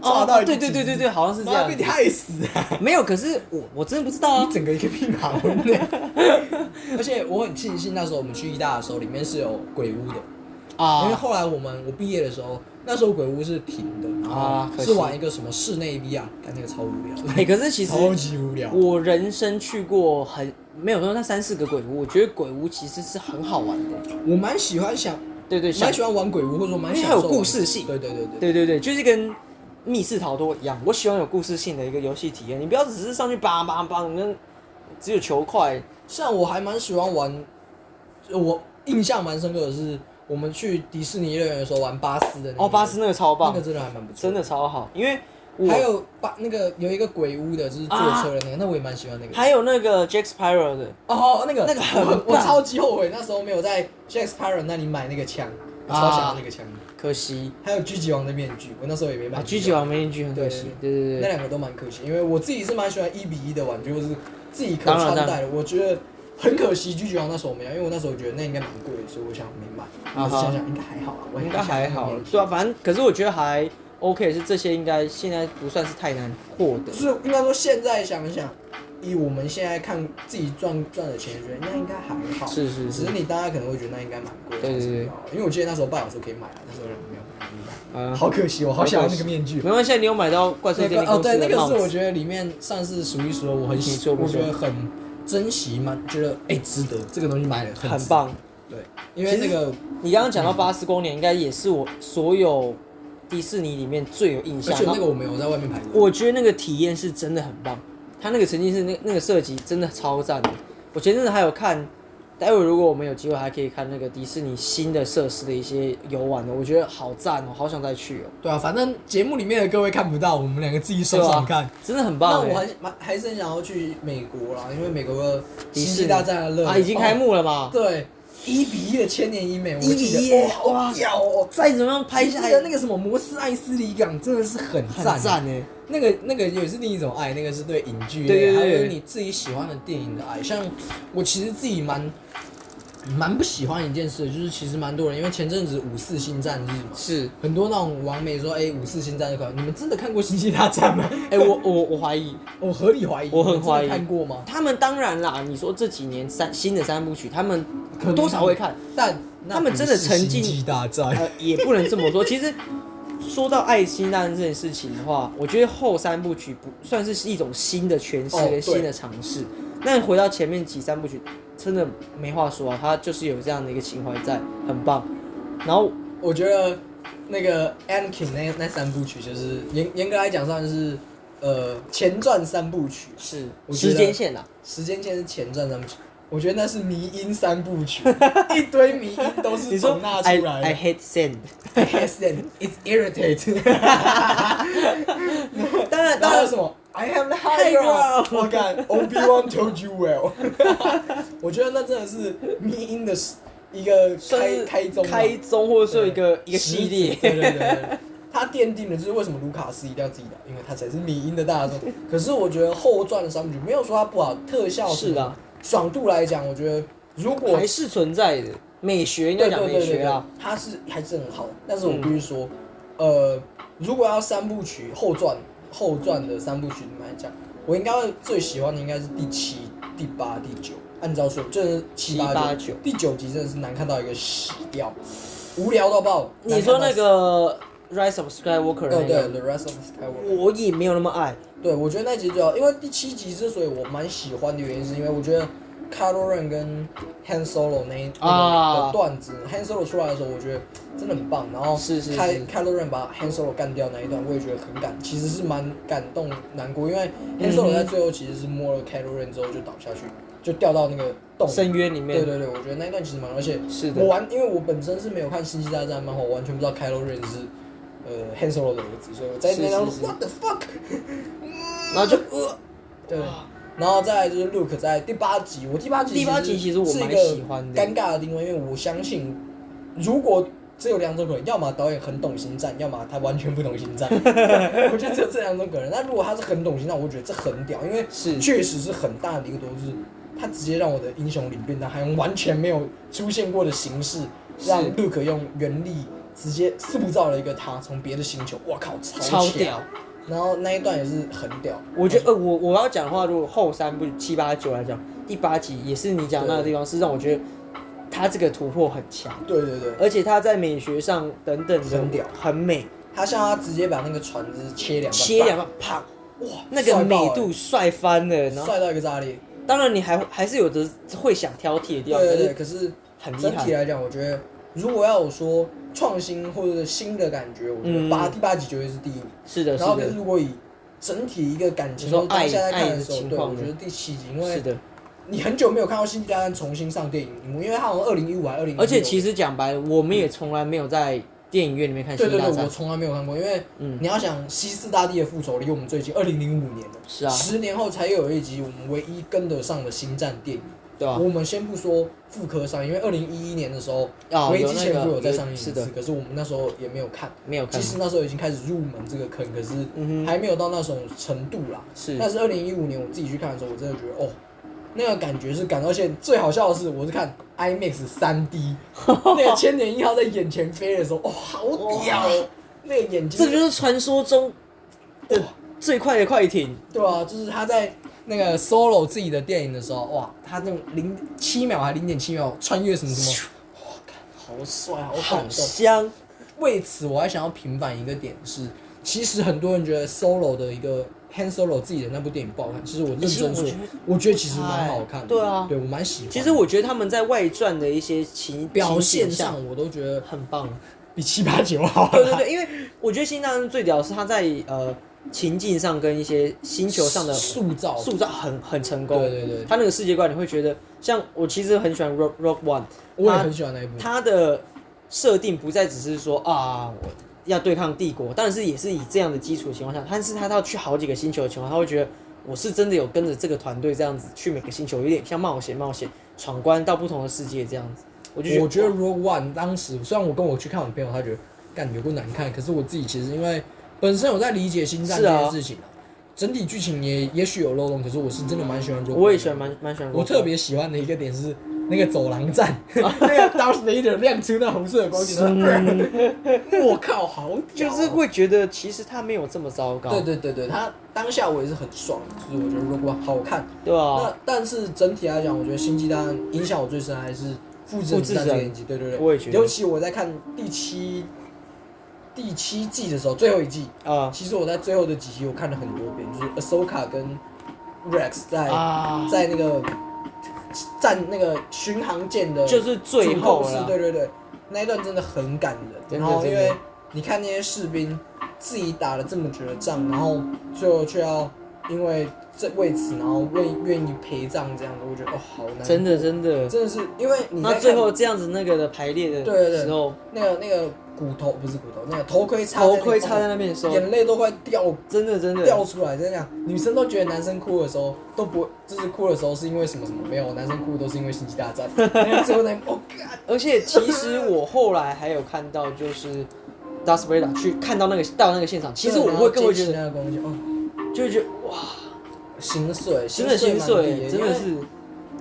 S1: 抓到
S2: 哦，
S1: 一
S2: 对
S1: 个
S2: 对对对
S1: 极致
S2: 对，，好像是这
S1: 妈
S2: 样
S1: 被。你害死啊！
S2: 没有，可是我我真的不知道啊
S1: 你。整个一个屁马文呢。 而且我很庆幸那时候我们去义大的时候，里面是有鬼屋的。因为
S2: 啊，
S1: 后来我们我毕业的时候，那时候鬼屋是停的，然
S2: 啊
S1: 后
S2: 可惜
S1: 是玩一个什么室内 VR，干那个超无聊的，
S2: 哎、可是其实
S1: 超级无聊。
S2: 我人生去过很没有说那三四个鬼屋，我觉得鬼屋其实是很好玩的。
S1: 我蛮喜欢想，
S2: 对对，像
S1: 蛮喜欢玩鬼屋，或者说蛮
S2: 因为
S1: 享
S2: 它有
S1: 受
S2: 故
S1: 玩
S2: 事性
S1: 对对对对。
S2: 对对对，就是跟密室逃脱一样，我喜欢有故事性的一个游戏体验。你不要只是上去叭叭叭，跟只有求快。
S1: 像我还蛮喜欢玩，我印象蛮深刻的是，我们去迪士尼乐园的时候玩巴斯的那个
S2: 哦，巴斯那个超
S1: 那
S2: 棒
S1: 个，真的还蛮不错，
S2: 真的。超好，因为我
S1: 还有巴那个有一个鬼屋的，就是坐车的那个，那我也蛮喜欢那个。
S2: 还有那个 Jack Sparrow 的，
S1: 哦，那个
S2: 那个很
S1: 我我
S2: 棒
S1: 超级后悔那时候没有在 Jack Sparrow 那里买那个枪，我超想要那个枪。
S2: 可惜
S1: 还有狙击王的面具，我那时候也没买。
S2: 啊，狙击王没进去很可惜。对对
S1: 那
S2: 对，
S1: 两个都蛮可惜，因为我自己是蛮喜欢一比一的玩具，或是自己可
S2: 当然
S1: 穿
S2: 当
S1: 戴的。我觉得很可惜狙击王那时候我没有，因为我那时候觉得那应该蛮贵的，所以我想没买。
S2: 啊哈
S1: 我想想应该还好啊，我
S2: 应该
S1: 想
S2: 还
S1: 那个
S2: 好
S1: 面，具
S2: 对啊，反正可是我觉得还 OK 是这些应该现在不算是太难获得。
S1: 就是应该说现在想想，以我们现在看自己赚赚的钱，觉得那应该还好。
S2: 是是是
S1: 只是你当然可能会觉得那应该蛮贵的。
S2: 对对对
S1: 因为我记得那时候爸有说可以买啊，但是我没有买。
S2: 啊，
S1: 好可惜，我好想要那个面具。
S2: 没关系，你有买到怪兽
S1: 那
S2: 电
S1: 个
S2: 力
S1: 哦，
S2: 公司
S1: 对，那
S2: 的
S1: 个
S2: 帽
S1: 是我
S2: 子，
S1: 觉得里面算是数一数二，我很
S2: 没
S1: 喜，
S2: 错没
S1: 我
S2: 错
S1: 觉得很珍惜，蛮觉得哎值得这个东西买了，
S2: 很
S1: 值得。
S2: 棒。
S1: 对，因为那个
S2: 你刚刚讲到巴斯光年，应该也是我所有迪士尼里面最有印
S1: 而
S2: 象。
S1: 且
S2: 然
S1: 那个
S2: 后
S1: 我没有在外面排过，
S2: 我觉得那个体验是真的很棒，它那个沉浸式那那个设计真的超赞的。我前阵子还有看，待会如果我们有机会还可以看那个迪士尼新的设施的一些游玩的，我觉得好赞哦，好想再去哦，
S1: 对啊，反正节目里面的各位看不到，我们两个自己
S2: 对
S1: 上
S2: 吧、
S1: 上看。
S2: 真的很
S1: 那
S2: 棒
S1: 我
S2: 哎。
S1: 还蛮还是很想要去美国啦，因为美国的
S2: 迪
S1: 星
S2: 士
S1: 际
S2: 尼
S1: 大战的乐园
S2: 啊，已经开
S1: 哦
S2: 幕了嘛？
S1: 对，一比一的千年医美，我
S2: 一比
S1: 记得
S2: 一
S1: 哦好屌哦！
S2: 再怎么样拍
S1: 拍
S2: 下
S1: 下
S2: 来
S1: 来的那个什么摩斯爱斯里港真的是很赞欸
S2: 很，赞哎。
S1: 那个那个也是另一种爱，那个是对影剧
S2: 对对
S1: 类，
S2: 对
S1: 还有
S2: 对
S1: 你自己喜欢的电影的爱。像我其实自己蛮蛮不喜欢一件事，就是其实蛮多人，因为前阵子五四星战日嘛，
S2: 是，
S1: 很多那种网美说，哎、五四星战日快乐，你们真的看过星际大战 吗？
S2: 哎、我我我怀疑，
S1: 我合理怀疑，
S2: 我很
S1: 你们真的
S2: 怀疑
S1: 看过吗？
S2: 他们当然啦，你说这几年三新的三部曲，他们
S1: 可能
S2: 多少会看，
S1: 但那
S2: 他们真的
S1: 不是
S2: 沉
S1: 星
S2: 浸
S1: 际大 战，
S2: 呃，也不能这么说。其实说到爱心大战这件事情的话，我觉得后三部曲不算是一种新的诠释
S1: 哦
S2: 跟
S1: 对
S2: 新的尝试。那、回到前面几三部曲，真的没话说啊，他就是有这样的一个情怀在，很棒。然后
S1: 我觉得那个 Anakin 那那三部曲，就是严严格来讲算是呃前传三部曲，
S2: 是
S1: 我觉得
S2: 时间线啊啦，
S1: 时间线是前传三部曲。我觉得那是迷音三部 曲，一堆迷音都
S2: 你
S1: 是
S2: 说
S1: 从那
S2: I
S1: 出
S2: I
S1: 来
S2: hate sand，
S1: 的。Yes, and it's irritating。
S2: 当然
S1: 然
S2: 当
S1: 后还有
S2: 然
S1: 什么？I have the
S2: high
S1: high
S2: ground
S1: ground。我 敢，Obi Wan told you well。我觉得那真的是迷音的一个
S2: 算
S1: 开
S2: 是
S1: 开宗啊
S2: 开宗或者说一个一个
S1: 实
S2: 系
S1: 质
S2: 列。
S1: 对对对对， 他奠定了就是为什么卢卡斯一定要自己导，因为他才是迷音的大宗。可是我觉得后传的三部曲没有说它不好，特效什么
S2: 是的，
S1: 爽度来讲，我觉得如果
S2: 还是存在的。美学应该
S1: 对
S2: 讲
S1: 对
S2: 美
S1: 对对
S2: 学
S1: 对
S2: 啊，，嗯
S1: 它是还是很好。但是我必须说，呃，如果要三部曲后传后传的三部曲里面来讲，我应该会最喜欢的应该是第七、第八、第九。按照说，真的是七
S2: 七八
S1: 八
S2: 九
S1: 第九集真的是难看到一个死掉，无聊到爆。
S2: 你说那
S1: 难看到
S2: 个《Rise of Skywalker》
S1: 哦，
S2: 那
S1: 对，《
S2: 个，
S1: The Rise of Skywalker》。
S2: 我也没有那么爱。
S1: 对，我觉得那集主要，因为第七集之所以我蛮喜欢的原因，是因为我觉得 Kylo Ren 跟 Han Solo 那一那个
S2: 啊
S1: 的段子、h a n Solo 出来的时候，我觉得真的很棒。然后
S2: 是是是
S1: Ky- Kylo Ren 把 Han Solo 干掉那一段，我也觉得很感，其实是蛮感动难过，因为 Han
S2: 嗯
S1: Solo
S2: 哼
S1: 在最后其实是摸了 Kylo Ren 之后就倒下去，就掉到那个洞。
S2: 深渊里面
S1: 对对对，我觉得那一段其实蛮，而且
S2: 是
S1: 我
S2: 的，
S1: 完，因为我本身是没有看《星际大战》漫画，我完全不知道 Kylo Ren 是呃 Han Solo 的儿子，所以我在那张
S2: 是是是
S1: What the fuck？
S2: 然后就呃，
S1: 对，然后再来就是 Luke 在第八集，我第八集
S2: 第八集其实我
S1: 是一
S2: 蛮
S1: 个
S2: 喜欢的
S1: 尴尬的定位，因为我相信如果只有两种可能，要么导演很懂星战，要么他完全不懂星战。 我觉得只有这两种可能。那如果他是很懂星战，我觉得这很屌，因为
S2: 是
S1: 确实是很大的一个多就是他直接让我的英雄领便当，还用完全没有出现过的形式，
S2: 是
S1: 让 Luke 用原力直接塑造了一个他从别的星球，我靠，
S2: 超
S1: 强
S2: 屌。
S1: 然后那一段也是很屌，哎
S2: 我觉得，呃，我我要讲的话，如果后三部七八九来讲，第八集也是你讲那个地方，是让我觉得他这个突破很强，
S1: 对对对。
S2: 而且他在美学上等等的
S1: 很屌
S2: 很美，
S1: 他像他直接把那个船只切两半，
S2: 切两半，啪，
S1: 哇，
S2: 那个
S1: 帅爆
S2: 美
S1: 欸
S2: 度帅翻了。然后，
S1: 帅到一个炸裂。
S2: 当然你还还是有的会想挑剔的地
S1: 对
S2: 方，可
S1: 对
S2: 是
S1: 对，可是
S2: 很厉
S1: 整体啊
S2: 害。
S1: 来讲，我觉得如果要我说创新或者是新的感觉，我觉
S2: 嗯
S1: 得八第八集绝对是第一名。
S2: 是的，是
S1: 然后可
S2: 的
S1: 是。如果以整体一个感情，
S2: 你说
S1: 或者当下在
S2: 爱
S1: 看
S2: 爱的
S1: 的时候，
S2: 情
S1: 对，
S2: 况
S1: 我
S2: 呢
S1: 觉得第七集，因
S2: 是
S1: 为
S2: 的，
S1: 你很久没有看到《星际大战》重新上电影荧幕，因为它好像二零一五还二零，
S2: 而且其
S1: 实
S2: 实讲白了，我们也从来没有在电影院里面看《
S1: 对
S2: 星际
S1: 对
S2: 大
S1: 对，
S2: 战
S1: 我》。从来没有看过，因为
S2: 嗯，
S1: 你要想西斯大帝的复仇离我们最近，二零零五年了，
S2: 是啊，
S1: 十年后才有一集我们唯一跟得上的星战电影。
S2: 对啊吧？
S1: 我们先不说复刻上，因为二零一一年的时候，
S2: 啊，
S1: 危
S2: 有
S1: 机
S2: 那
S1: 前夫
S2: 个
S1: 有在上映一次，
S2: 是的，
S1: 可是我们那时候也没有看，
S2: 没有看
S1: 即。使那时候已经开始入门这个坑，可是
S2: 嗯哼，
S1: 还没有到那种程度啦。
S2: 是
S1: 但是二零一五年我自己去看的时候，我真的觉得哦，那个感觉是感到现在最好笑的是，我是看 IMAX 三 D，那个千年一号在眼前飞的时候，哦，好屌哦！那个眼睛，
S2: 这个就是传说中的最快的快艇，
S1: 对啊，就是他在那个 solo 自己的电影的时候，哇，他那种零七秒还零点七秒穿越什么什么，哇，干好帅，好
S2: 好
S1: 感动。
S2: 香。
S1: 为此，我还想要平反一个点是，其实很多人觉得 solo 的一个 Han Solo 自己的那部电影不好看，其实我认真
S2: 其实
S1: 说
S2: 我觉得，
S1: 我觉得其实蛮好看的。
S2: 对啊
S1: 对我蛮喜欢的。
S2: 其实我觉得他们在外传的一些情
S1: 表现
S2: 情景
S1: 上我都觉得
S2: 很棒。
S1: 比七八九好啦。
S2: 对对对，因为我觉得《新大陆》最屌的是他在呃情境上跟一些星球上的
S1: 塑造，
S2: 塑造很很成功。
S1: 对对对
S2: 他那个世界观你会觉得，像我其实很喜欢 Rock Rock One，
S1: 我也
S2: 他
S1: 很喜欢那一部。
S2: 它的设定不再只是说啊，我要对抗帝国，但是也是以这样的基础的情况下，但是他要去好几个星球的情况下，他会觉得我是真的有跟着这个团队这样子去每个星球，有点像冒险冒险闯关到不同的世界这样子。我就
S1: 我觉得
S2: 哇
S1: Rogue One 当时虽然我跟我去看我的朋友，他觉得干有够难看，可是我自己其实因为本身有在理解星战
S2: 是
S1: 这
S2: 啊
S1: 件事情、啊，整体剧情也也许有漏洞，可是我是真的蛮喜欢 Rogue One 的。
S2: 我也喜欢蛮蛮喜欢 Rogue One，
S1: 我特别喜欢的一个点是那个走廊战， 那个 Darth Vader 亮出那红色 的光点，然后我靠，好屌
S2: 就
S1: 啊
S2: 是会觉得其实他没有这么糟糕，
S1: 对对对对，他当下我也是很爽，就是我觉得 Rogue One 好看。
S2: 对吧、
S1: 那但是整体来讲，我觉得《星际大战》影响我最深还是《复制
S2: 复
S1: 人
S2: 制
S1: 之战》这个
S2: 人
S1: 影集。对对对，
S2: 我也觉得
S1: 尤其我在看第七第七季的时候，最后一季，
S2: 啊
S1: 其实我在最后的几集我看了很多遍，就是 Ahsoka 跟 Rex 在、
S2: 啊，
S1: 哎在那个站那个巡航舰的
S2: 就是最后
S1: 主控室
S2: 了
S1: 对对对，那一段真的很感人。
S2: 真
S1: 然
S2: 的
S1: 后因
S2: 真
S1: 为
S2: 的
S1: 你看那些士兵自己打了这么久的仗，然后最后却要因为这为此，然后为愿意陪葬这样子，我觉得哦好难，
S2: 真的真的。
S1: 真的是因为你在
S2: 那
S1: 看
S2: 最后这样子那个的排列
S1: 对对
S2: 的
S1: 对
S2: 时候，
S1: 那个那个骨头不是骨头，那个头盔插在那
S2: 头
S1: 里
S2: 盔插在那边的时
S1: 哦
S2: 候，
S1: 眼泪都快掉
S2: 真的真的
S1: 掉出来，真的这样，女生都觉得男生哭的时候都不就是哭的时候是因为什么什么没有，男生哭都是因为星际大战，然后最后那一幕哦干。
S2: 而且其实我后来还有看到，就是 Darth Vader 去看到那个到那个现场，其实我会更会觉得，
S1: 那个东西，哦，
S2: 就会觉得哇，
S1: 心碎，
S2: 真的心
S1: 碎蛮低
S2: 碎，真的。
S1: 因为
S2: 是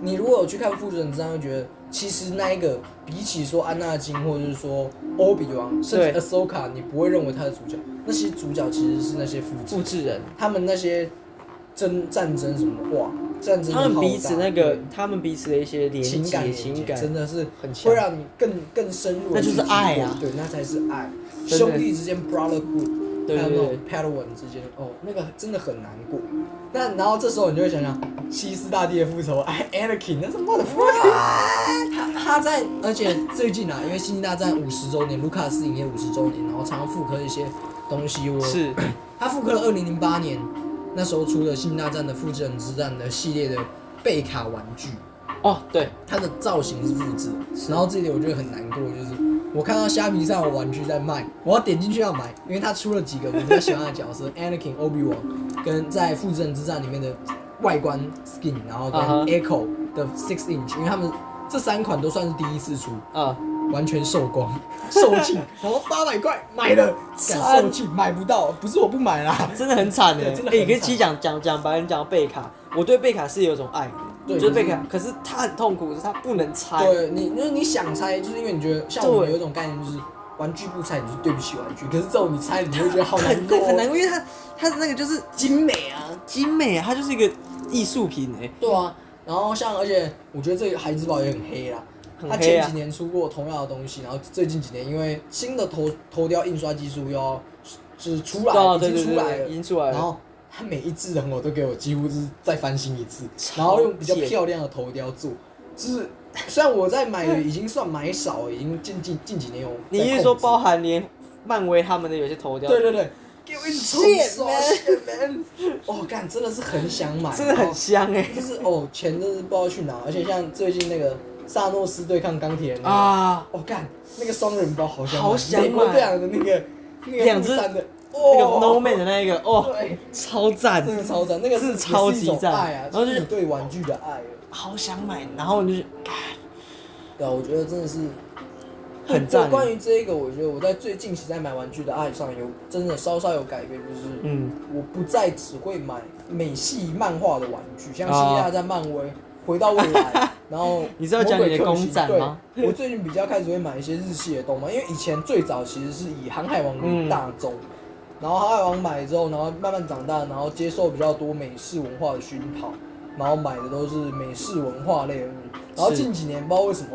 S1: 你如果有去看《复仇者之战》，会觉得其实那一个比起说安纳金，或者是说欧比王，甚至
S2: 对
S1: Ahsoka，你不会认为他的主角，那些主角其实是那些复制
S2: 复，制人，
S1: 他们那些争战争什么的哇，战争的
S2: 他们
S1: 浩
S2: 彼此
S1: 大
S2: 那个他们彼此的一些连
S1: 情感
S2: 接
S1: 连
S2: 情
S1: 接
S2: 感，
S1: 真的是
S2: 很强
S1: 会让你更更深入地
S2: 那就是
S1: 去体
S2: 爱
S1: 会
S2: 啊
S1: 对，那才是爱，
S2: 真的
S1: 兄弟之间 brotherhood，
S2: 对
S1: 还有那
S2: 对对
S1: 种 Padawan 之间，哦，那个真的很难过。那然后这时候你就会想想，西斯大帝的复仇，哎，Anakin，那是 motherfucker，他他在，而且最近啊，因为星际大战五十周年，卢卡斯影业五十周年，然后常常复刻一些东西，我
S2: 是
S1: 他复刻了二零零八年那时候出的《星际大战》的《复制人之战》的系列的贝卡玩具，
S2: 哦对，
S1: 它的造型是复制的，然后这一点我觉得很难过，就是我看到虾皮上有玩具在卖，我要点进去要买，因为它出了几个我比较喜欢的角 色，Anakin、Obi Wan 跟在《复制人之战》里面的外观 skin，然后跟
S2: 啊哈
S1: Echo 的 Six Inch，因为他们这三款都算是第一次出，
S2: 啊，
S1: 完全售光，售 罄，然后八百块买了，敢售罄买不到，不是我不买啦，
S2: 真的很惨的
S1: 对真的，很
S2: 哎，可是
S1: 惨
S2: 其实讲讲讲白人讲贝卡，我对贝卡是有一种爱的，
S1: 对
S2: 就是贝
S1: 就是
S2: 卡，可是他很痛苦，可是他不能拆，
S1: 对你，就是你想拆，就是因为你觉得像我们
S2: 对
S1: 有一种概念，就是玩具不拆，你就是对不起玩具。可是这种你拆，你会觉得好难
S2: 很
S1: 过，
S2: 很难过，因为他他的那个就是
S1: 精美啊，
S2: 精美，它就是一个艺术品哎。
S1: 对啊。然后像，而且我觉得这个孩之宝也很黑啦。
S2: 很
S1: 他
S2: 黑
S1: 前
S2: 啊
S1: 几年出过同样的东西，然后最近几年因为新的头头雕印刷技术又要就是出来，
S2: 哦
S1: 已
S2: 对
S1: 经出
S2: 对对
S1: 来
S2: 对
S1: 了，
S2: 已经出来了
S1: 然后他每一只人偶都给我几乎是再翻新一次，然后用比较
S2: 超贱
S1: 漂亮的头雕做，就是虽然我在买的已经算买少了，已经近近近几年有在控制。
S2: 你是说包含连漫威他们的有些头雕，
S1: 对对对，给我一冲
S2: Shit,
S1: 刷
S2: man.
S1: shit, man 哦，干，真的是很想买，
S2: 真的很香哎、
S1: 哦就是哦，钱真是不知道去哪，而且像最近那个萨诺斯对抗钢铁人那个，
S2: 啊！
S1: 哦干，那个双人包好想买
S2: 好想买
S1: 美国队长的那个那个
S2: 两只
S1: 富山的，
S2: 那
S1: 哦
S2: 个 No Man 的那一个哦，
S1: 对，
S2: 超赞，
S1: 真的超赞，那个
S2: 是
S1: 是
S2: 超
S1: 也是一
S2: 级
S1: 种
S2: 赞
S1: 爱啊，
S2: 然后
S1: 就
S2: 就是
S1: 是你对玩具的爱啊，
S2: 好想买，然后你就
S1: 对啊，我觉得真的是。
S2: 很赞
S1: 对关于这个，我觉得我在最近期在买玩具的爱上有真的稍稍有改变，就是
S2: 嗯，
S1: 我不再只会买美系漫画的玩具，像《
S2: 哦
S1: 星际大战》漫威、回到未来，然后
S2: 你是要讲你的公仔吗
S1: 魔鬼克星？对我最近比较开始会买一些日系的动漫，因为以前最早其实是以航海王为大宗，然后航海王买之后，然后慢慢长大，然后接受比较多美式文化的熏陶，然后买的都是美式文化类的东西。然后
S2: 是
S1: 近几年不知道为什么，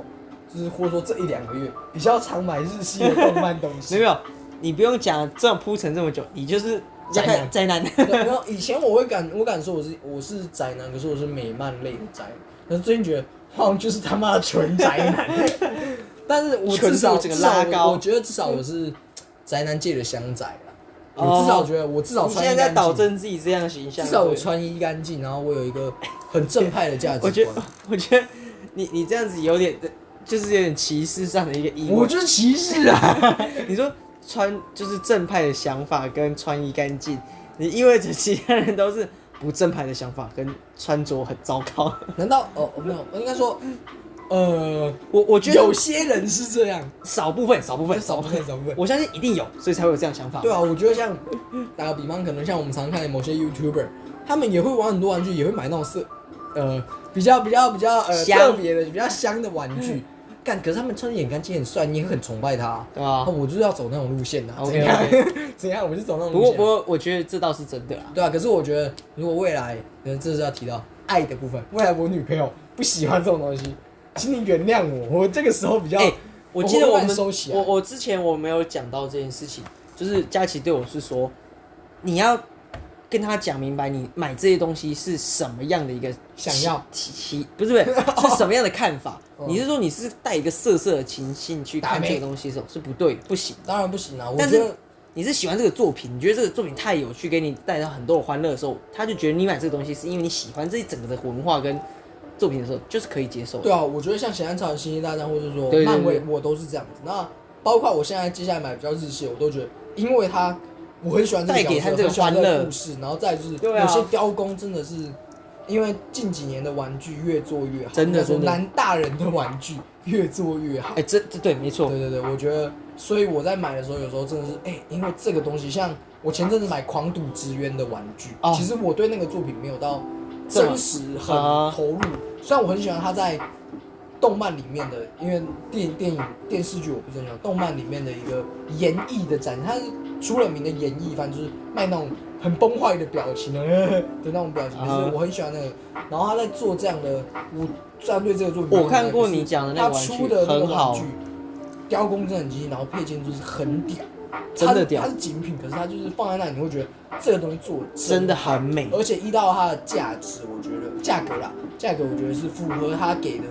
S1: 就是或者说这一两个月比较常买日系的动漫东 西
S2: 没。有，你不用讲这样铺陈这么久，你就是
S1: 宅男
S2: 宅男。
S1: 对然后以前我会敢，我敢说我是我是宅男，可是我是美漫类的宅。可是最近觉得，好像就是他妈的纯宅男。但是我至少
S2: 纯度整个
S1: 至少
S2: 拉高
S1: 我觉得至少我是宅男界的香宅啦。
S2: 哦
S1: 我至少觉得我至少
S2: 你
S1: 穿
S2: 现
S1: 衣
S2: 在在
S1: 干
S2: 导
S1: 净，
S2: 正自己这样的形
S1: 至
S2: 象。
S1: 少我
S2: 对
S1: 穿衣干净，然后我有一个很正派的价值
S2: 我觉得
S1: 观。，
S2: 我觉得你你这样子有点，就是有点歧视上的一个意
S1: 我
S2: 味。
S1: 就是歧视啊！
S2: 你说穿就是正派的想法跟穿衣干净，你意味着其他人都是不正派的想法跟穿着很糟糕。
S1: 难道哦没有？我应该说，呃，
S2: 我我觉
S1: 有
S2: 得
S1: 些人是这样，
S2: 少部分，少部分，
S1: 少部分少部分。
S2: 我相信一定有，所以才会有这样想法。
S1: 对啊，我觉得像打个比方，可能像我们常看的某些 YouTuber，他们也会玩很多玩具，也会买那种色，呃，比较比较比较呃
S2: 香嗯
S1: 特别的、比较香的玩具。干，可是他们穿的眼干净很帅，你也很崇拜他、啊。
S2: 对啊。
S1: 我就是要走那种路线的、啊，
S2: OK，
S1: 怎样
S2: OK
S1: 怎样，我就走那种
S2: 不
S1: 路线
S2: 过
S1: 啊、
S2: 不过，我觉得这倒是真的啦。
S1: 对啊，可是我觉得如果未来，呃，这是要提到爱的部分，未来我女朋友不喜欢这种东西，请你原谅我，我这个时候比较、
S2: 哎、我记得
S1: 我
S2: 我
S1: 会慢
S2: 们
S1: 慢收起来
S2: 我我之前我没有讲到这件事情，就是佳琪对我是说，你要跟他讲明白你买这些东西是什么样的一个
S1: 想要
S2: 提提不是不是 是什么样的看法？
S1: 哦
S2: 你是说你是带一个色色的情性去
S1: 打
S2: 看
S1: 妹
S2: 这个东西的时候是不对的，不行。
S1: 当然不行啊，我
S2: 但
S1: 觉
S2: 是
S1: 得
S2: 你是喜欢这个作品，你觉得这个作品太有趣，给你带到很多的欢乐的时候，他就觉得你买这个东西是因为你喜欢这一整个的文化跟作品的时候，就是可以接受的。
S1: 对啊，我觉得像《血汗超人》《星际大战》，或者说
S2: 对对对
S1: 漫威，我都是这样子。那包括我现在接下来买比较日系，我都觉得，因为它我很喜欢这个
S2: 带给
S1: 角
S2: 它
S1: 色，
S2: 这个
S1: 很喜欢这
S2: 欢
S1: 个
S2: 乐
S1: 故事，然后再就是
S2: 对啊
S1: 有些雕工真的是，因为近几年的玩具越做越好，
S2: 真的
S1: 应该说
S2: 真的
S1: 男大人的玩具越做越好
S2: 哎、。这这对，没错
S1: 对，对对，我觉得，所以我在买的时候，有时候真的是，哎、因为这个东西，像我前阵子买《狂赌之渊》的玩具，
S2: 哦
S1: 其实我对那个作品没有到
S2: 这么
S1: 真实很
S2: 啊
S1: 投入，虽然我很喜欢它在动漫里面的，因为电电影电视剧我不是很喜欢，动漫里面的一个演绎的展，它是出了名的演绎，反正就是卖那种很崩坏的表情的 的那种表情，就
S2: 啊
S1: 是我很喜欢那个，然后他在做这样的，我虽然对这个作品没有
S2: 我看过
S1: 那个
S2: 你讲的那
S1: 他
S2: 个玩具
S1: 出的那个
S2: 很好
S1: 玩具，雕工真的很精细，然后配件就是很屌，
S2: 真的屌
S1: 它是它是精品，可是它就是放在那里，你会觉得这个东西做得
S2: 真的，很美。
S1: 而且依照它的价值，我觉得价格啦，价格我觉得是符合它给的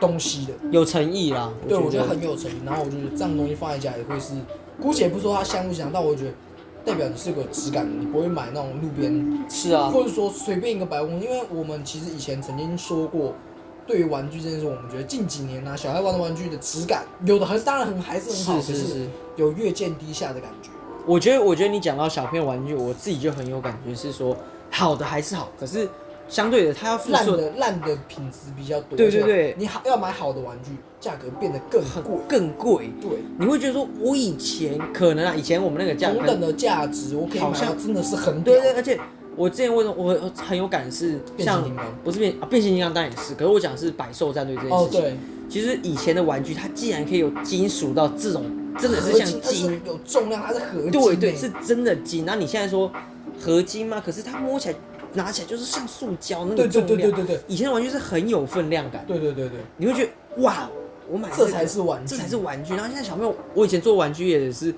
S1: 东西的，
S2: 有诚意啦，
S1: 对我觉得很有诚意。然后我觉得这样东西放在家里会是，姑且不说它香不香，但我觉得代表你是个有质感的，你不会买那种路边
S2: 是啊，
S1: 或者说随便一个白工，因为我们其实以前曾经说过，对于玩具这件事，我们觉得近几年呢、啊小孩玩的玩具的质感，有的很当然很还是很好，
S2: 是是
S1: 可
S2: 是
S1: 有越见低下的感觉。
S2: 我觉得我觉得你讲到小朋友玩具，我自己就很有感觉，是说好的还是好，可是相对的他要付
S1: 烂
S2: 出
S1: 的烂的品质比较多，
S2: 对对对
S1: 而且你好要买好的玩具，价格变得更贵。
S2: 更贵，
S1: 对，
S2: 你会觉得说我以前可能啊，以前我们那个价
S1: 同
S2: 格
S1: 等的价值，我可以
S2: 好
S1: 买到
S2: 像
S1: 真的是很屌
S2: 对对，而且我之前为什么我很有感是
S1: 变形
S2: 像
S1: 金刚
S2: 不是变啊变形金刚当然也是，可是我讲的是百兽战队这件
S1: 哦
S2: 事情。
S1: 对，
S2: 其实以前的玩具它竟然可以有金属到这种真的是
S1: 合
S2: 像
S1: 金它
S2: 金
S1: 是有重量，它是合金，
S2: 对对，是，真的金。那你现在说合金吗？可是它摸起来、拿起来就是像塑胶那
S1: 对
S2: 个
S1: 对
S2: 重量。
S1: 对对对对
S2: 以前的玩具是很有分量感，
S1: 对对对对，
S2: 你会觉得哇，我买
S1: 这
S2: 个
S1: 才是玩具
S2: 这才是玩具。然后现在小朋友，我以前做玩具也是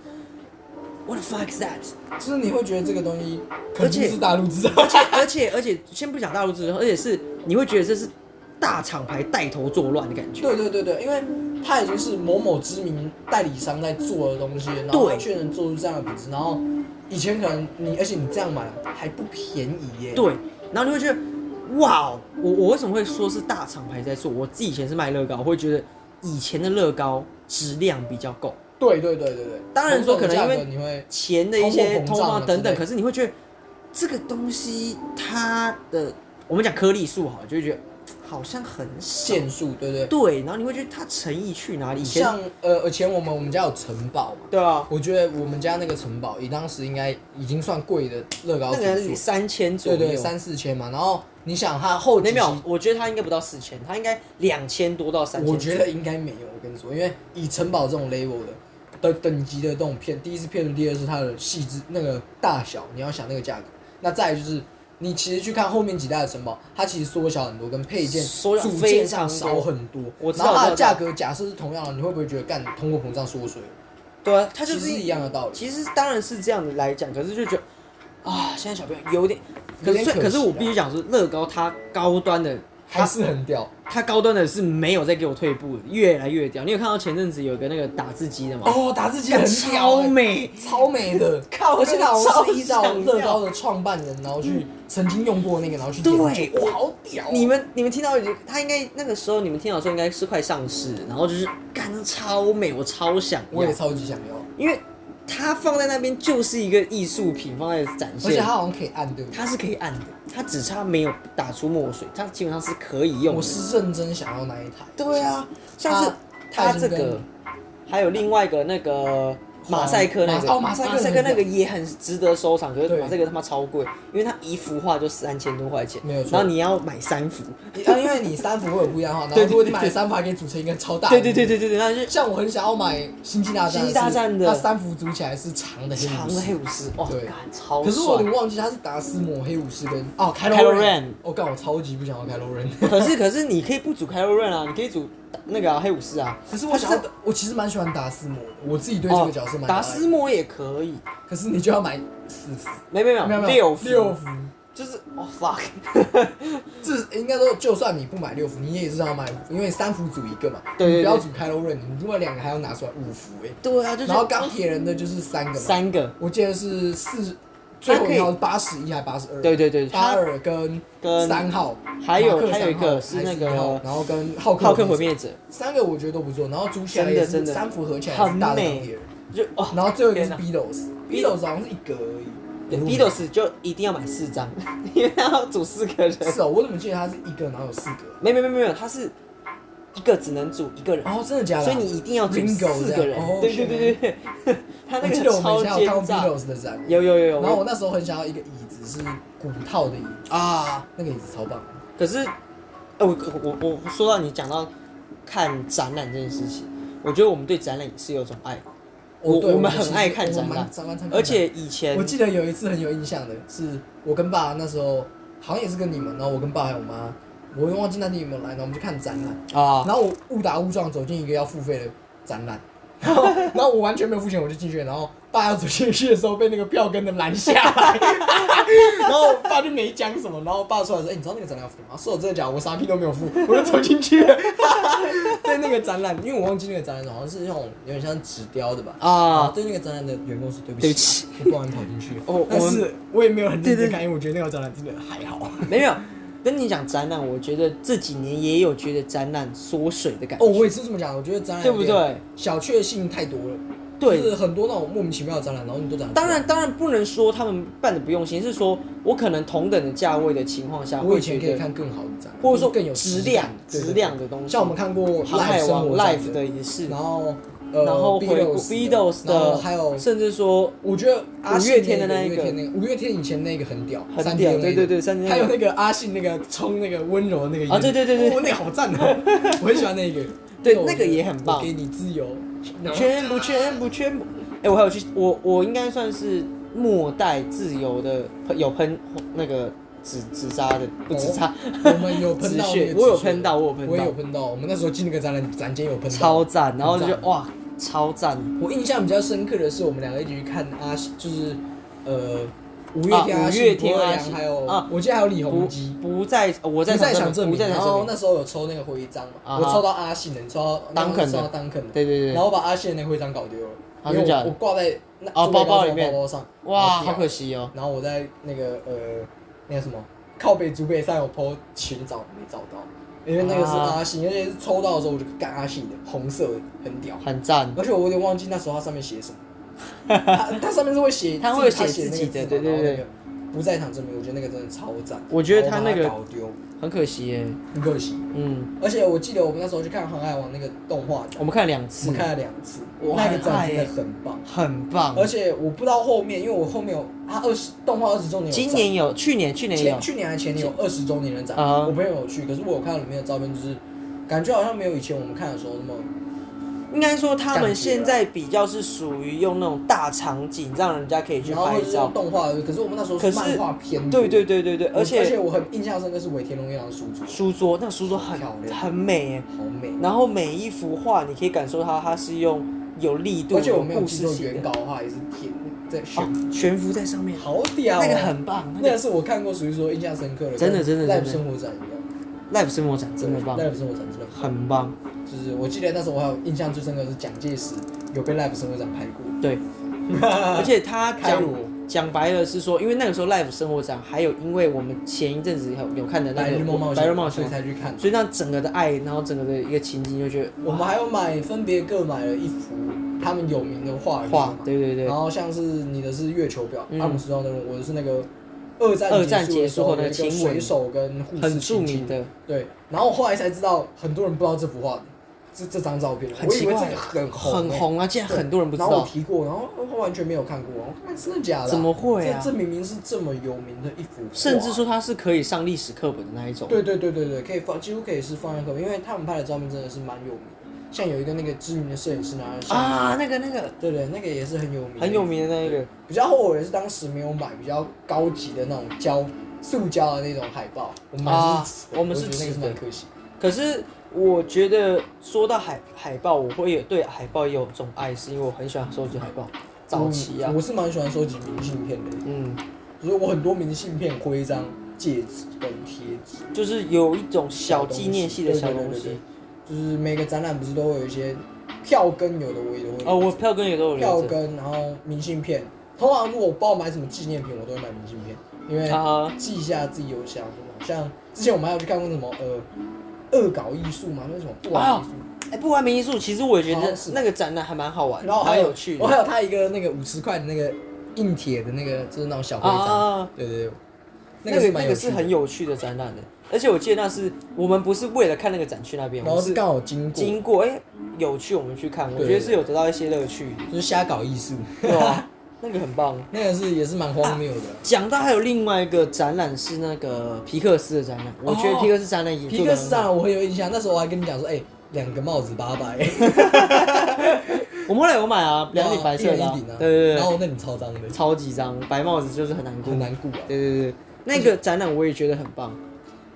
S2: ，what the fuck is that？
S1: 就是你会觉得这个东西
S2: 而
S1: 肯
S2: 且
S1: 定是大陆制造，
S2: 而且而且而且，先不讲大陆制造，而且是你会觉得这是大厂牌带头作乱的感觉。
S1: 对对对对，因为它已经是某某知名代理商在做的东西，然后它
S2: 对
S1: 却能做出这样的品质，然后以前可能你，而且你这样买还不便宜耶。
S2: 对，然后你会觉得，哇哦，我我为什么会说是大厂牌在做？我自己以前是卖乐高，我会觉得以前的乐高质量比较够，
S1: 对对对对对，
S2: 当然说可能因为
S1: 某种价格你会
S2: 钱的一些
S1: 通
S2: 通
S1: 货膨胀啊
S2: 胀等
S1: 之类
S2: 等，
S1: 的
S2: 可是你会觉得这个东西它的，我们讲颗粒数好了，就会觉得好像很少。
S1: 限速，对不对？
S2: 对，然后你会觉得它诚意去哪里？以前
S1: 像呃，以前我们我们家有城堡嘛，
S2: 对啊，
S1: 我觉得我们家那个城堡，以当时应该已经算贵的乐高
S2: 那
S1: 组
S2: 个
S1: 数
S2: 是，三千左
S1: 对
S2: 右，
S1: 对，三四千嘛。然后你想它后
S2: 没
S1: 几
S2: 有
S1: 集
S2: 没有，我觉得它应该不到四千，它应该两千多到三千。
S1: 我觉得应该没有，我跟你说，因为以城堡这种 level 的的等级的这种片，第一是片段，第二是它的细致那个大小，你要想那个价格。那再来就是，你其实去看后面几代的城堡，它其实缩小很多，跟配件
S2: 缩小
S1: 组
S2: 非
S1: 件
S2: 常
S1: 上少很多。
S2: 我知
S1: 然
S2: 道
S1: 后它
S2: 我
S1: 的
S2: 知道
S1: 价格假设是同样的，你会不会觉得干通货膨胀缩水？
S2: 对啊，它就
S1: 其实
S2: 是
S1: 是一样的道理。
S2: 其实当然是这样的来讲，可是就觉得啊，现在小朋友有点，可
S1: 有
S2: 是
S1: 点可惜啊
S2: 可是我必须讲说，乐高它高端的，
S1: 还
S2: 它
S1: 是很屌，
S2: 它高端的是没有在给我退步的，越来越屌。你有看到前阵子有个那个打字机的吗？
S1: 哦，打字机
S2: 干
S1: 很屌
S2: 超
S1: 欸、
S2: 美，
S1: 超美的，
S2: 靠
S1: 而且它好像是依照
S2: 超想要
S1: 乐高的创办人，然后去曾经用过那个，然后去研
S2: 对
S1: 究，哇，好屌哦、
S2: 你们你们听到已经，他应该那个时候你们听到的时候应该是快上市，然后就是干这超美，我超想
S1: 我
S2: 要
S1: 也，超级想要，
S2: 因为它放在那边就是一个艺术品放在展
S1: 而且
S2: 现
S1: 它，好像可以按对不对？
S2: 它是可以按的，它只差没有打出墨水，它基本上是可以用的。
S1: 我是认真想要那一台。
S2: 对啊，像是
S1: 它它
S2: 它这
S1: 已经
S2: 个
S1: 跟，
S2: 还有另外一个那个马赛克那个，
S1: 哦马赛克
S2: 马赛克那个也很值得收藏，可是
S1: 对
S2: 马赛克他妈超贵，因为它一幅画就三千多块钱，
S1: 没有错
S2: 然后你要买三幅，
S1: 你啊，因为你三幅会有不一样的话，然
S2: 对
S1: 后
S2: 对
S1: 如果你买
S2: 对
S1: 了三幅，还可以组成一个超大。
S2: 对对对。对对对，那就
S1: 像我很想要买《星际大战》的是，
S2: 星际大战的
S1: 它三幅组起来是长的黑
S2: 长
S1: 武
S2: 的
S1: 士
S2: 黑武士，哇，
S1: 对
S2: 干超
S1: 可是我有
S2: 帅。
S1: 点忘记他是达斯摩黑武士跟哦开
S2: Kylo Ren
S1: 我干我超级不想要开罗人。
S2: 可是可是你可以不组 Kylo Ren 啊，你可以组那个啊、黑武士啊。
S1: 可是我想
S2: 他
S1: 要
S2: 是，
S1: 我其实蛮喜欢达斯摩的，我自己对这个角色蛮喜
S2: 哦
S1: 欢
S2: 达斯，摩也可以，
S1: 可是你就要买四幅，
S2: 没没
S1: 没有
S2: 有
S1: 没有
S2: 幅
S1: 六幅，
S2: 就是哦 fuck，
S1: 这应该说就算你不买六幅，你也是要买五幅，因为三幅组一个嘛，
S2: 对对对
S1: 你不要组开罗人，你另外两个还要拿出来五幅哎、
S2: 对啊，就是
S1: 然后钢铁人的就是三个嘛，
S2: 三个，
S1: 我记得是四，最后一号是八十一还八十二，
S2: 对对对，
S1: 八
S2: 他
S1: 二跟
S2: 跟
S1: 三号，
S2: 还有
S1: 马克三号
S2: 还有一个是那个
S1: 还一号然后跟浩克
S2: 浩克毁灭者，
S1: 三个我觉得都不错，然后组起来
S2: 真的
S1: 也是
S2: 真的
S1: 三幅合起来也
S2: 很
S1: 是大的钢铁人，
S2: 就哦，
S1: 然后最后一个是
S2: 天
S1: Beatles，Beatles 好像是一格而已
S2: 对
S1: 我如果没
S2: Beatles 就一定要买四张， 因为他要组四个人。
S1: 是哦，我怎么记得它是一个，然后有四格？
S2: 没没没没有，他是一个只能组一个人，
S1: 哦，真的假的？
S2: 所以你一定要组
S1: Ringo 这样
S2: 四个人
S1: 哦。
S2: 对对对对， 对他
S1: 我
S2: 那
S1: 记
S2: 个
S1: 得我们
S2: 超
S1: 以前有
S2: 奸
S1: 看过
S2: 诈。
S1: Beatles 的展，
S2: 有有有有，
S1: 然后我那时候很想要一个椅子是骨套的椅子啊，那个椅子超棒的。
S2: 可是，呃，我我我我说到你讲到看展览这件事情，我觉得我们对展览也是有种爱，我
S1: 哦对
S2: 我们
S1: 其实
S2: 很爱看
S1: 我
S2: 展
S1: 蛮
S2: 览
S1: 常常看展
S2: 而且以前
S1: 我记得有一次很有印象的是，我跟爸那时候好像也是跟你们，然后我跟爸还有我妈，我忘记那天有没有来，然后我们去看展览，
S2: 啊，
S1: 然后我误打误撞走进一个要付费的展览，然后然后我完全没有付钱，我就进去了，然后爸要走进去的时候被那个票根的拦下来，然后我爸就没讲什么，然后爸出来说：“哎、你知道那个展览要付吗？”说我真的假的，我啥屁都没有付，我就走进去了。 对那个展览，因为我忘记那个展览好像是那种有点像纸雕的吧。啊，
S2: 啊，
S1: 对那个展览的员工说对不
S2: 对
S1: 起
S2: 不起
S1: 啊，我不然跑进去。
S2: 哦
S1: 但
S2: 我们
S1: 是我也没有很认
S2: 对
S1: 真
S2: 对
S1: 看，因为我觉得那个展览真的还好。
S2: 没有。跟你讲展览，我觉得这几年也有觉得展览缩水的感觉，
S1: 哦，我也是这么讲，我觉得展览
S2: 对不？对？
S1: 小确幸太多了，就
S2: 对
S1: 是，很多那种莫名其妙的展览，然后你都展不出来
S2: 当然，当然不能说他们办的不用心，是说我可能同等的价位的情况下，
S1: 我
S2: 会
S1: 以
S2: 觉
S1: 前可以
S2: 得，
S1: 看更好的展览，
S2: 或者说
S1: 更有
S2: 质
S1: 质
S2: 量
S1: 感、对对
S2: 质量的东西，
S1: 像我们看过
S2: 航海
S1: Live
S2: 王
S1: 生活
S2: Life
S1: 的，
S2: 的也是，
S1: 然后呃，
S2: 嗯然后回顾
S1: Beatles
S2: Beatles
S1: 的然后
S2: 的，
S1: 还有
S2: 甚至说
S1: 我觉得阿信
S2: 五月天的
S1: 那
S2: 那一
S1: 五
S2: 个
S1: 月天那个五月天以前那个很屌，
S2: 很
S1: 三
S2: 屌，
S1: D 的那
S2: 对
S1: 个
S2: 对对，三天
S1: 还有那个阿信那个冲那个温柔那个
S2: 啊对对对对
S1: 哦那个好赞 哦，我很喜欢那个，
S2: 对
S1: 我
S2: 那个也很棒
S1: 我给你自由，
S2: 全部全部全部，哎、我还有去，我我应该算是末代自由的喷有喷那个纸纸扎的，不纸扎，
S1: 我们有喷到那个纸
S2: 止血
S1: 屑，
S2: 我有喷到我有喷到
S1: 我也有喷到，我们那时候进那个展览展间有喷到，
S2: 超赞，然后就
S1: 很
S2: 觉
S1: 赞
S2: 得哇，超赞，
S1: 我印象比较深刻的是，我们两个一起去看阿信，就是呃五月天阿信、
S2: 啊五月天
S1: 柏
S2: 阿
S1: 良
S2: 信
S1: 还有、
S2: 啊
S1: 我记得还有李
S2: 不
S1: 弘基。
S2: 不在，我在
S1: 不在想
S2: 证
S1: 证明，哦
S2: 明，不在
S1: 然
S2: 场
S1: 后
S2: 证明，
S1: 那时候有抽那个徽章嘛，
S2: 啊哈
S1: 我抽到阿信的，你抽到
S2: 当肯的
S1: 抽到当肯的，
S2: 对对对
S1: 然后我把阿信的那个徽章搞丢了，
S2: 啊
S1: 因为
S2: 真假
S1: 我
S2: 的
S1: 我挂在那
S2: 哦
S1: 桌背
S2: 包包
S1: 上
S2: 里面
S1: 包包上，
S2: 哇，
S1: 然后
S2: 好
S1: 掉
S2: 可惜哦，
S1: 然后我在那个呃那个什么靠北竹北上有 po 群找没找到，因为那个是
S2: 啊
S1: 阿信，而且是抽到的时候我就干阿信的红色的很屌，
S2: 很赞，
S1: 而且我有点忘记那时候它上面写什么，它它上面是会写，
S2: 它会有
S1: 自己
S2: 写
S1: 它
S2: 自己
S1: 写那个字
S2: 的
S1: 嘛
S2: 对对对
S1: 然后那个不在场证明，我觉得那个真的超赞。
S2: 我觉得他
S1: 然后把
S2: 那个
S1: 搞丢，
S2: 很可惜耶。
S1: 很可惜。
S2: 嗯，
S1: 而且我记得我们那时候去看《航海王》那个动画展，
S2: 我们看了两
S1: 我
S2: 次
S1: 们，看了两次，
S2: 我
S1: 那个
S2: 很爱
S1: 展真的
S2: 欸嗯
S1: 很棒。
S2: 很棒。
S1: 而且我不知道后面，因为我后面有他二十动画二十周年有展，
S2: 今年有，去年去年也有
S1: 前，去年还前年有二十周年的展，
S2: 啊
S1: 我朋友有去，可是我有看到里面的照片，就是感觉好像没有以前我们看的时候那么
S2: 应该说他
S1: 啊
S2: 们现在比较是属于用那种大场景，让人家可以去
S1: 然后
S2: 拍
S1: 或者是
S2: 照
S1: 用。动画而已，可是我们那时候
S2: 可是
S1: 漫画片，
S2: 对对对对对，
S1: 我，
S2: 而
S1: 而
S2: 且
S1: 我很印象深刻是尾田荣一郎的书桌，
S2: 书桌那书桌很
S1: 漂亮
S2: 很美耶，
S1: 好美，
S2: 然后每一幅画你可以感受到它是用有力度、
S1: 而且
S2: 有
S1: 我没有
S2: 故
S1: 记
S2: 事
S1: 错
S2: 性
S1: 原
S2: 的
S1: 稿。的话也是贴在悬
S2: 哦，悬浮在上面，
S1: 好屌哦，
S2: 那个很棒，那
S1: 那个
S2: 个
S1: 是我看过属于说印象深刻的，
S2: 真的真的
S1: 跟 Live
S2: 真的
S1: 生活展一样，
S2: Live 生活展真的棒，
S1: ，Live 生活展真的棒
S2: 很棒。
S1: 就是我记得那时候我还有印象最深刻的是蒋介石有被 Live 生活展拍 过，
S2: 对，而且他
S1: 开
S2: 呃讲
S1: 罗
S2: 讲白了是说，因为那个时候 Live 生活展，还有因为我们前一阵子有有看的那
S1: 白
S2: 个
S1: 日梦冒险，
S2: 白日梦
S1: 所
S2: 险
S1: 以，才去看。
S2: 所以那整个的爱，然后整个的一个情景，就觉得
S1: 我们还有买分别各买了一幅他们有名的画
S2: 画
S1: 嘛，，
S2: 对对对
S1: 然，后像是你的是月球表，
S2: 嗯
S1: 阿姆斯壮的人，我的是那个二战
S2: 二战
S1: 结
S2: 结
S1: 束的
S2: 束
S1: 时候
S2: 后
S1: 有
S2: 的
S1: 一个
S2: 亲吻
S1: 水手跟护士
S2: 很著
S1: 亲亲
S2: 名的，
S1: 对，然后我后来才知道很多人不知道这幅画的，这这张照片，
S2: 很
S1: 我以
S2: 奇
S1: 为
S2: 怪
S1: 这个很红、
S2: 很
S1: 欸
S2: 红啊，竟然
S1: 对
S2: 很多人不知
S1: 然后我
S2: 道，
S1: 提过，然后我完全没有看过，我看真的假的啊、
S2: 怎么会啊
S1: 这这明明是这么有名的一幅画，
S2: 甚至说它是可以上历史课本的那一种。
S1: 对对对对对，可以放，几乎可以是放在课本，因为他们拍的照片真的是蛮有名的，像有一个那个知名的摄影师拿了相机，
S2: 啊，那个那个
S1: 对对，那个也是很有名，
S2: 很有。名的那一个，
S1: 比较后悔的是当时没有买比较高级的那种胶塑胶的那种海报，我们
S2: 啊
S1: 还是
S2: 我们是
S1: 觉得那个
S2: 纸
S1: 是
S2: 的
S1: 蛮可惜。
S2: 可是我觉得说到海海报，我会有对海报也有这种爱，是因为我很喜欢收集海报，早期啊
S1: 嗯，我是蛮喜欢收集明信片的，
S2: 嗯，
S1: 所以我很多明信片、徽章、戒指跟贴纸，
S2: 就是有一种小纪念系的小东
S1: 对对对对
S2: 西。
S1: 就是每个展览不是都会有一些票根，有的我也都会
S2: 哦，我票根也都有
S1: 票
S2: 留着。
S1: 根，然后明信片。通常如果我帮我买什么纪念品，我都会买明信片，因为
S2: 啊，
S1: 记一下自己邮箱什么。像之前我们还有去看过什么呃恶搞艺术嘛，那是什
S2: 啊
S1: 么不玩艺术，
S2: 哎，不完美艺术，其实我也觉
S1: 好像
S2: 得
S1: 是
S2: 那个展览还蛮好玩，
S1: 然后还
S2: 蛮有趣
S1: 我还
S2: 的。
S1: 有他一个那个五十块的那个硬铁的那个，就是那种小徽章。
S2: 啊，
S1: 对对对，
S2: 那个
S1: 蛮
S2: 那
S1: 有
S2: 个
S1: 趣
S2: 是
S1: 的
S2: 很有趣的展览的，而且我记得那是我们不是为了看那个展去那边，
S1: 然后
S2: 我们
S1: 是
S2: 是
S1: 刚好经过，
S2: 经过哎有趣，我们去看，我
S1: 对
S2: 觉得是有得到一些 乐趣的，
S1: 就是瞎搞艺术，
S2: 对吧？那个很棒。
S1: 那个是也是蛮荒谬的。
S2: 讲到还有另外一个展览是那个皮克斯的展览，我觉得皮克斯展览也
S1: 哦皮
S2: 做
S1: 克
S2: 得
S1: 斯
S2: 很
S1: 展
S2: 好。
S1: 览啊我很有印象，那时候我还跟你讲说，哎、两个帽子八百，
S2: 我们后来有买啊， 两顶白色
S1: 一
S2: 的
S1: 人
S2: 啊
S1: 一顶啊，，
S2: 对对嗯
S1: 然
S2: 对
S1: 后那顶超脏的
S2: 对，，超级脏，白帽子就是很难过
S1: 很。难顾啊。
S2: 对对对，那个展览我也觉得很棒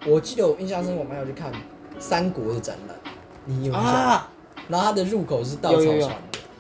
S1: 我记得我印象深，我们还有去看三国的展览，你有印象吗？
S2: 啊！
S1: 然后它的入口是稻草
S2: 有
S1: 船
S2: 有有
S1: 的。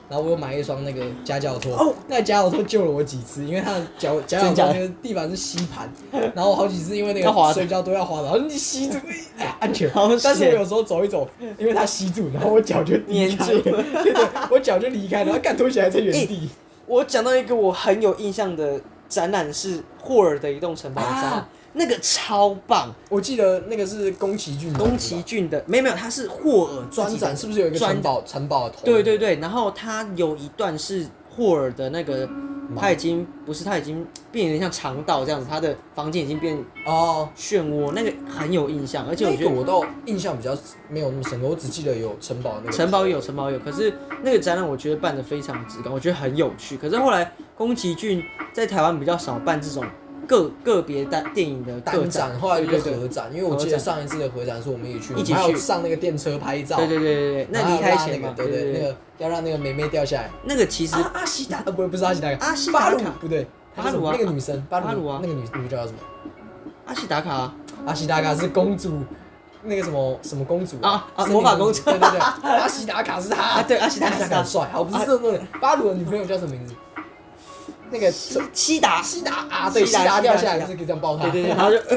S1: 然后我又买一双那个夹脚拖，
S2: 哦
S1: 那夹脚拖救了我几次，因为它的脚 夹脚
S2: 真假
S1: 拖
S2: 的
S1: 就是地板是吸盘，然后我好几次因为那
S2: 要
S1: 个
S2: 滑
S1: 摔跤都要滑，然后你吸 住，哎呀安全
S2: 好。
S1: 但是
S2: 险
S1: 我有时候走一走，因为它吸住，然后我脚就离开了
S2: 粘住
S1: 对对，我脚就离开，然后干拖鞋还在原地。
S2: 我讲到一个我很有印象的展览是霍尔的移动城堡的展览，
S1: 啊
S2: 那个超棒，
S1: 我记得那个是宫崎骏的，
S2: 宫崎骏的没有没有，它是霍尔自
S1: 专
S2: 己的
S1: 展是不是有一个
S2: 专
S1: 城堡城堡的头？
S2: 对对对，然后他有一段是霍尔的那个，
S1: 毛
S2: 他已经不是他已经变成像肠道这样子，他的房间已经变
S1: 哦，
S2: 漩涡，那个很有印象，而且我
S1: 那
S2: 觉
S1: 个
S2: 得
S1: 我倒印象比较没有那么深刻，我只记得有城堡那个
S2: 城堡有城堡有，可是那个展览我觉得办的非常质感，我觉得很有趣。可是后来宫崎骏在台湾比较少办这种个个别单电影的个
S1: 单展，后来就
S2: 对对
S1: 是
S2: 对。
S1: 合展，因为我记得上一次的合展是我们也去，
S2: 一起
S1: 我们还有
S2: 去
S1: 上那个电车拍照，
S2: 对对对对对，啊
S1: 然后
S2: 那离
S1: 要
S2: 开
S1: 拉
S2: 前
S1: 那
S2: 嘛
S1: 个，，
S2: 对
S1: 对对，那
S2: 对，
S1: 个要让那个妹妹掉下来，
S2: 那个其实
S1: 啊阿西达，呃不不是阿西达，
S2: 阿西
S1: 巴
S2: 达
S1: 鲁
S2: 卡
S1: 不对，
S2: 巴鲁啊
S1: 那个女生巴
S2: 巴鲁
S1: 鲁
S2: 啊
S1: 那个女女叫什么？
S2: 阿西达卡啊
S1: 阿西达卡是公主，那个什么什么公主
S2: 啊啊
S1: 森林
S2: 魔法公主
S1: 对对对，阿西达卡是她，
S2: 啊对阿西达卡啊
S1: 阿卡很帅，好不是这个巴鲁的女朋友叫什么名字？那个
S2: 西西达，
S1: 西达啊，对，西
S2: 西达
S1: 达
S2: 西达
S1: 掉下来
S2: 西达
S1: 是可以这样抱她，
S2: 对对对，然后就、 呃、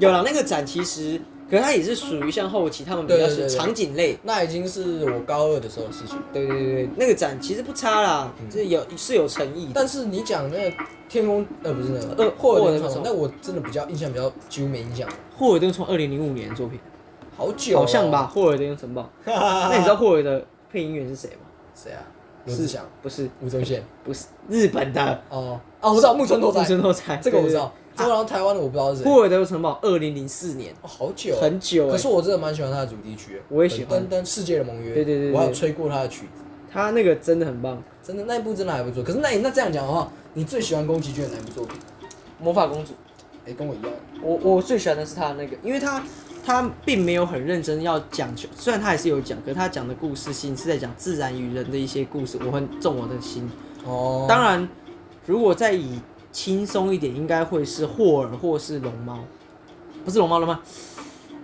S2: 有了那个展，其实可是它也是属于像后期他们比较
S1: 对对对对
S2: 是场景类。
S1: 那已经是我高二的时候的事情了。
S2: 对对对，对那个展其实不差啦，就是有是有诚意的。
S1: 但是你讲那个天空，呃，不是那个，
S2: 呃
S1: 霍
S2: 霍
S1: 尔
S2: 尔的
S1: 的
S2: 那种
S1: 那我真的比较印象比较哦几乎没印象，
S2: 霍尔顿从二零零五年的作品，
S1: 好久、 啊
S2: 好像？吧，霍尔顿城堡。那
S1: 那
S2: 你知道霍尔的配音员是谁吗？
S1: 谁啊？罗志祥、
S2: 不是
S1: 吴宗宪。
S2: 不是日本的，
S1: 哦啊，我知道木村拓
S2: 木
S1: 哉，
S2: 村拓哉，
S1: 这个我知道。
S2: 对。
S1: 这
S2: 对对
S1: 个然后台湾的我不知道是
S2: 《
S1: 谁。
S2: 霍尔的城堡》二零零四年，
S1: 哦好久哦，
S2: 很久欸
S1: 可是我真的蛮喜欢他的主题曲，
S2: 我也喜欢
S1: 噔噔噔世界的盟约，
S2: 对对对对
S1: 我还有吹过他的曲子，
S2: 他那个真的很棒，《
S1: 真的那一部真的还不错。可是那你那这样讲的话，你最喜欢宫崎骏的哪一部作品？
S2: 魔法公主》
S1: 哎，跟我一样，
S2: 我我最喜欢的是他的那个，因为他他并没有很认真要讲求，虽然他也是有讲，可是他讲的故事性是在讲自然与人的一些故事，我很中我的心。
S1: 哦
S2: 当然，如果再以轻松一点，应该会是霍尔或是龙猫，不是龙猫了吗？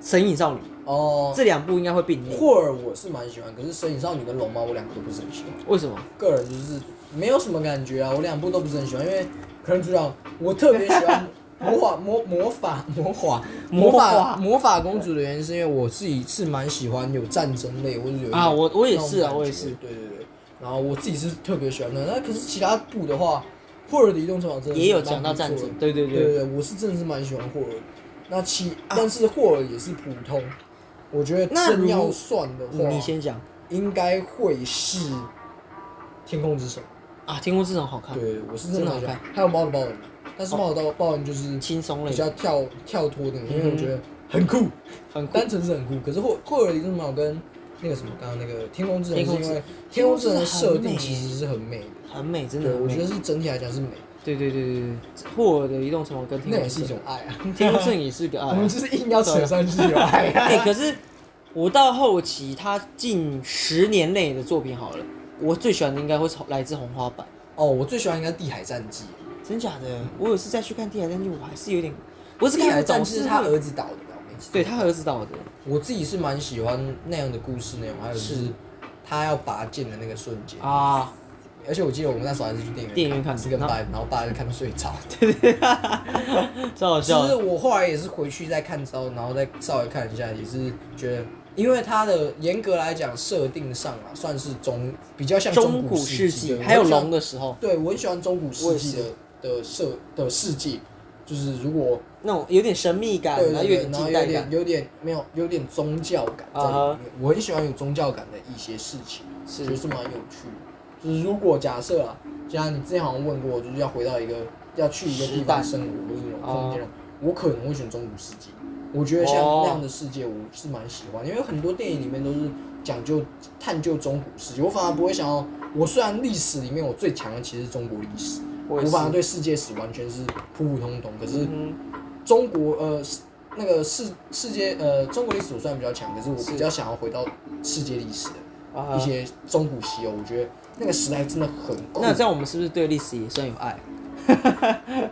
S2: 神隐少女
S1: 哦，
S2: 这两部应该会并列，
S1: 霍尔我是蛮喜欢，可是《神隐少女》跟《龙猫》我两个都不是很喜欢，
S2: 为什么？
S1: 个人就是没有什么感觉啊，我两部都不是很喜欢，因为可能主角我特别喜 欢魔法魔魔法魔法
S2: 魔
S1: 法
S2: 法
S1: 魔法公主的原因是因为我自己是蛮喜欢有战争类或者有一
S2: 啊，
S1: 种
S2: 我我也是
S1: 那种
S2: 啊，
S1: 感
S2: 我也
S1: 觉
S2: 是。
S1: 对对对。然后我自己是特别喜欢的，那可是其他部的话，霍尔的移动城堡真的是
S2: 也有
S1: 蛮
S2: 讲到
S1: 不错
S2: 战
S1: 的
S2: 争，对对
S1: 对对对，我是真的是蛮喜欢霍尔的。那其但是霍尔也是普通，我觉得
S2: 啊那
S1: 真
S2: 如
S1: 要算的
S2: 你你
S1: 话，
S2: 先讲
S1: 应该会是《天空之城
S2: 啊，《天空之城》好》。看，
S1: 对，我是真的
S2: 真的好
S1: 蛮喜欢
S2: 看，
S1: 还有《猫的报恩》，但是《猫的报报恩》就是
S2: 哦轻松类
S1: 比
S2: 的，
S1: 较跳跳脱的，因为
S2: 嗯
S1: 我觉得很酷，
S2: 很酷。
S1: 单纯是很酷。可是霍霍尔的移动城堡跟那个什么，刚刚那个《天空之城》
S2: 天空
S1: 是因
S2: 之
S1: 为《天空之城》的设
S2: 天
S1: 定
S2: 空之城很美
S1: 其实是很美的。
S2: 很美，真的
S1: 对，
S2: 很美。
S1: 我觉得是整体来讲是美，
S2: 对对对对对，霍尔的移动城堡跟
S1: 那
S2: 天
S1: 也
S2: 空
S1: 是
S2: 之
S1: 一
S2: 城
S1: 种，爱啊。
S2: 天空之城也是个 爱
S1: 我
S2: 啊。
S1: 们就是硬要扯上去有爱
S2: 哎、
S1: 啊。
S2: 可是我到后期，他近十年内的作品好了，我最喜欢的应该会是来自红花坂。
S1: 哦，我最喜欢应该《地海战记
S2: 真假的？我有一次再去看《地海战记》，我还是有点，》，我
S1: 《
S2: 是
S1: 地
S2: 看
S1: 海
S2: 不懂
S1: 战记》
S2: 是
S1: 是
S2: 他
S1: 他
S2: 儿，
S1: 儿子导的吧？我没记错
S2: 对他儿子导的。
S1: 我自己是蛮喜欢那样的故事内容，还有就是
S2: 是
S1: 他要拔剑的那个瞬间。
S2: 啊，
S1: 而且我记得我们那时候还是去电影
S2: 电影院看
S1: 是跟
S2: 然后
S1: 爸，然后爸就看到睡 着。
S2: 超好
S1: 其
S2: 笑
S1: 实
S2: 的。
S1: 我后来也是回去再看之后，然后再稍微看一下，也是觉得，因为它的严格来讲设定上啊，算是中比较像
S2: 中
S1: 古
S2: 古
S1: 纪
S2: 世纪
S1: 的，
S2: 还有龙
S1: 的。
S2: 的时候，
S1: 对，我很喜欢中古世纪
S2: 我
S1: 的的设的世界，就是如果
S2: 那种有点神秘感，
S1: 对
S2: 然后
S1: 对
S2: 又
S1: 对，
S2: 点
S1: 然后
S2: 近
S1: 有
S2: 代
S1: 点
S2: 感。
S1: 有点没有有点宗教感在里面。
S2: 啊哈
S1: 我很喜欢有宗教感的一些事情，
S2: 是
S1: 觉得是蛮有趣的。就是如果假设啊，像你之前好像问过我，就是要回到一个要去一个地
S2: 时代
S1: 方生活或者一种空
S2: 哦
S1: 间，我可能会选中古世纪。我觉得像
S2: 哦
S1: 那样的世界，我是蛮喜欢，因为很多电影里面都是讲究探究中古世纪，我反而不会想要。我虽然历史里面我最强的其实是中国历史，
S2: 我
S1: 我
S2: 也是。
S1: 反而对世界史完全是普普通通，可是。
S2: 嗯
S1: 中国呃世那个世世界呃中国历史我虽然比较强，可是我
S2: 是
S1: 比较想要回到世界历史的
S2: 哼啊
S1: 一，些中古西欧，我觉得那个时代真的很酷。
S2: 那这样我们是不是对历史也算有爱？。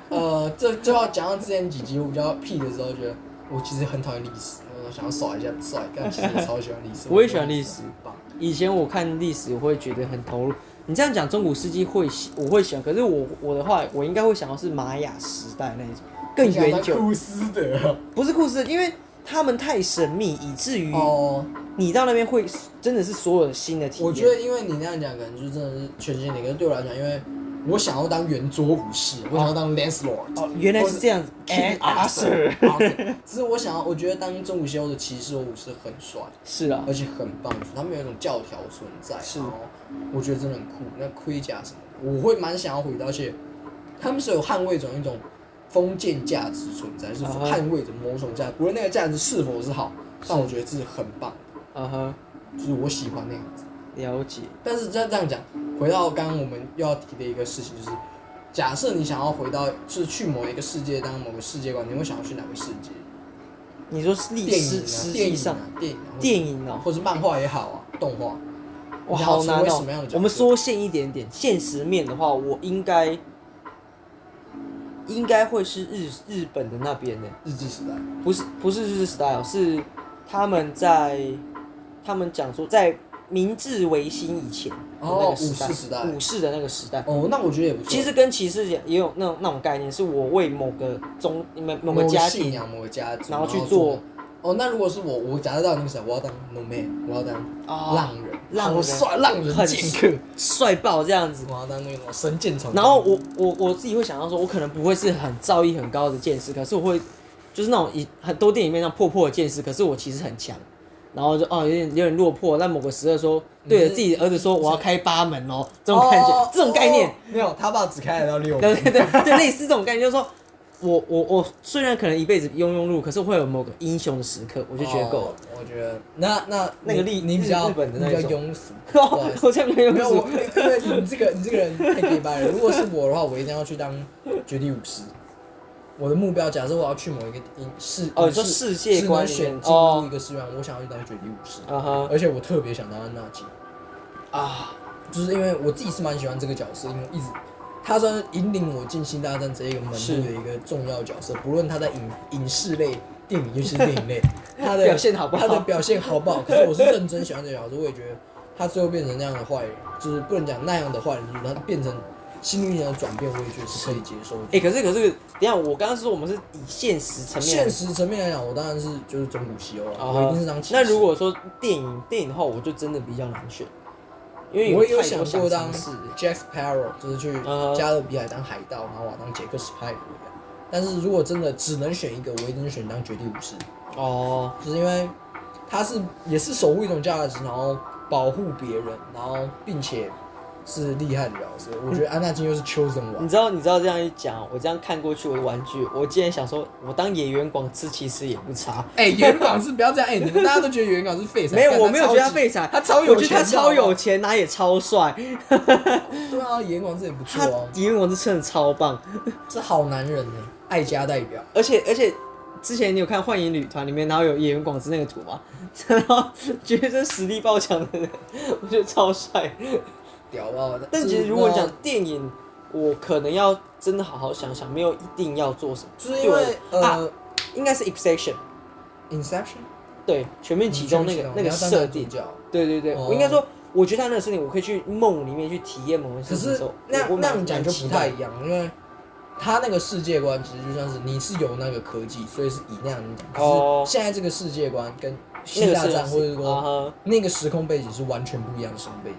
S1: 呃，这就要讲到之前几集我比较屁的时候，觉得我其实很讨厌历史，我想要甩一下甩，但其实我超喜欢历史
S2: 我也喜欢历史
S1: 很棒。
S2: 以前我看历史，我会觉得很投入。你这样讲中古世纪会喜，我会喜欢。可是我我的话，我应该会想到是玛雅时代那一种更
S1: 想
S2: 远
S1: 当
S2: 久，
S1: 库斯的
S2: 不是库斯，因为他们太神秘，以至于
S1: 哦，
S2: 你到那边会真的是所有的新的体验。
S1: 我觉得因为你那样讲，可能就真的是全新的。可是对我来讲，因为我想要当圆桌武士，我想要当 Lancelot。
S2: 哦，原来是这样子。
S1: 哎
S2: King Arthur
S1: 只是我想要，我觉得当中午休的骑士或武士很帅，
S2: 是啊
S1: 而，且很棒，他们有一种教条存在，
S2: 是
S1: 然后我觉得真的很酷。那盔甲什么的，我会蛮想要回到，而且他们是有捍卫着一种封建价值存在，就是
S2: 啊哈
S1: 捍卫着某种价值，无论那个价值是否是好，但我觉得这是很棒，
S2: 啊哈，
S1: 就是我喜欢那样子。
S2: 了解。
S1: 但是这样这样讲，回到刚刚我们又要提的一个事情，就是假设你想要回到，就是去某一个世界当某个世界观，你会想要去哪个世界？
S2: 你说是历
S1: 电影
S2: 史
S1: 啊，
S2: 实
S1: 电
S2: 际
S1: 影
S2: 上
S1: 啊，电影啊，或者
S2: 电影哦，
S1: 或是漫画也好啊，动画，你
S2: 哇，
S1: 想要
S2: 好
S1: 成
S2: 难
S1: 为
S2: 哦
S1: 什么样的角。色
S2: 我们缩限一点点，现实面的话，我应该应该会是日日本的那边的，
S1: 日治时代，
S2: 不是不是日式 style，是他们在他们讲说在明治维新以前的那
S1: 哦
S2: 个时
S1: 武
S2: 代，
S1: 士时代
S2: 武士的那个时代。
S1: 哦，那我觉得也不错。
S2: 其实跟骑士也也有那种那种概念，是我为某个宗、某某个家
S1: 信
S2: 庭
S1: 仰，某个家族，
S2: 然后去
S1: 做
S2: 做。
S1: 哦，那如果是我，我假设到那个时候，我要当 no man，我要当
S2: 啊，
S1: 浪人，
S2: 浪人
S1: 好帅浪人
S2: 很
S1: 剑客，
S2: 帅爆这样子。
S1: 我要当那种神箭手。
S2: 然后我我我自己会想到说，我可能不会是很造诣很高的剑士，可是我会就是那种一很多电影里面那样破破的剑士，可是我其实很强。然后就哦有点有点落魄，但某个时刻说对着自己儿子说我要开八门哦，这种感觉
S1: 哦，
S2: 这种概念
S1: 哦，没有，他爸只开得到六
S2: 对
S1: 门，
S2: 对对，就类似这种概念，就是说我我我虽然可能一辈子庸庸碌，可是会有某个英雄的时刻，我就觉得够了
S1: 哦。。我觉得那那
S2: 那
S1: 你
S2: 个例
S1: 你比较
S2: 日本的那
S1: 你比较
S2: 种
S1: 庸俗，不好
S2: 哦
S1: 意思
S2: 我这样没 有
S1: 没有，我
S2: 说，
S1: 因为你这个你这个人太 gay 掰了。如果是我的话，我一定要去当绝地武士。我的目标，假设我要去某一个影视
S2: 哦
S1: 影视
S2: 你说世界观里
S1: 是
S2: 面
S1: 能选进
S2: 哦
S1: 入一个志愿，我想要去当绝地武士，
S2: 啊哈
S1: 而且我特别想当安娜基，
S2: 啊，
S1: 就是因为我自己是蛮喜欢这个角色，因为一直他算是引领我进星大战这一个门
S2: 是
S1: 路的一个重要角色，不论他在影影视类、电影尤其是电 影类，他的
S2: 表现好不
S1: 他的
S2: 好？
S1: 表现好不好？可是我是认真喜欢这个角色，我也觉得他最后变成那样的坏人，就是不能讲那样的坏人，就是他变成心理上的转变，我也觉得是可以接受的。
S2: 哎，可是可是，等一下我刚刚说我们是以现实层面
S1: 现
S2: 来。
S1: 实层面来讲，我当然是就是中古西欧了，
S2: 啊
S1: 我一
S2: 哈
S1: 定是当骑士。
S2: 那如果说电影电影后，我就真的比较难选，因为
S1: 我也
S2: 有
S1: 有
S2: 太
S1: 想
S2: 多
S1: 过当
S2: 尝试
S1: Jack Sparrow，就是去
S2: 啊哈
S1: 加勒比海当海盗，然后我要当杰克史派克一样。但是如果真的只能选一个，我一定是选当绝地武士，
S2: 哦，
S1: 就是因为他是也是守护一种价值，然后保护别人，然后并且是厉害的角色。我觉得安纳金又是 chosen
S2: 你
S1: 王，
S2: 知道，你知道这样一讲，我这样看过去，我的玩具，我竟然想说，我当演员广吃其实也不差。
S1: 哎、元港是不要这样，哎、你们大家都觉得元港是废 材，
S2: 没有，
S1: 干
S2: 我没有觉得他
S1: 超级
S2: 废柴，
S1: 他超有
S2: 我觉得他
S1: 钱的哦
S2: 超有钱，然后也超帅，
S1: 对啊，元港这也不错
S2: 他
S1: 哦，
S2: 演员广志真的超棒。
S1: 是好男人呢，爱家代表。
S2: 而且而且，之前你有看《幻影旅团》里面，然后有演员广志那个图吗？然后觉得这实力爆强的人，我觉得超帅。
S1: 屌爆！
S2: 但其实如果讲电影，我可能要真的好好想想，没有一定要做什么，
S1: 就是因为
S2: 对我啊，
S1: 呃
S2: 应该是 Exception，
S1: ，Inception
S2: 对，全面启动那个那个设定。
S1: 角，
S2: 对对对，
S1: 哦
S2: 我应该说，我觉得他那个事情，我可以去梦里面去体验某件
S1: 可
S2: 事情的
S1: 是
S2: 时候，
S1: 那
S2: 我我蛮
S1: 那样讲就不太
S2: 蛮期待
S1: 一样，因为他那个世界观其实就像是你是有那个科技，所以是以那样讲。
S2: 哦
S1: 可是现在这个世界观跟
S2: 那
S1: 西
S2: 个
S1: 大
S2: 是
S1: 战或者说
S2: 啊哈
S1: 那个时空背景是完全不一样的时空背景，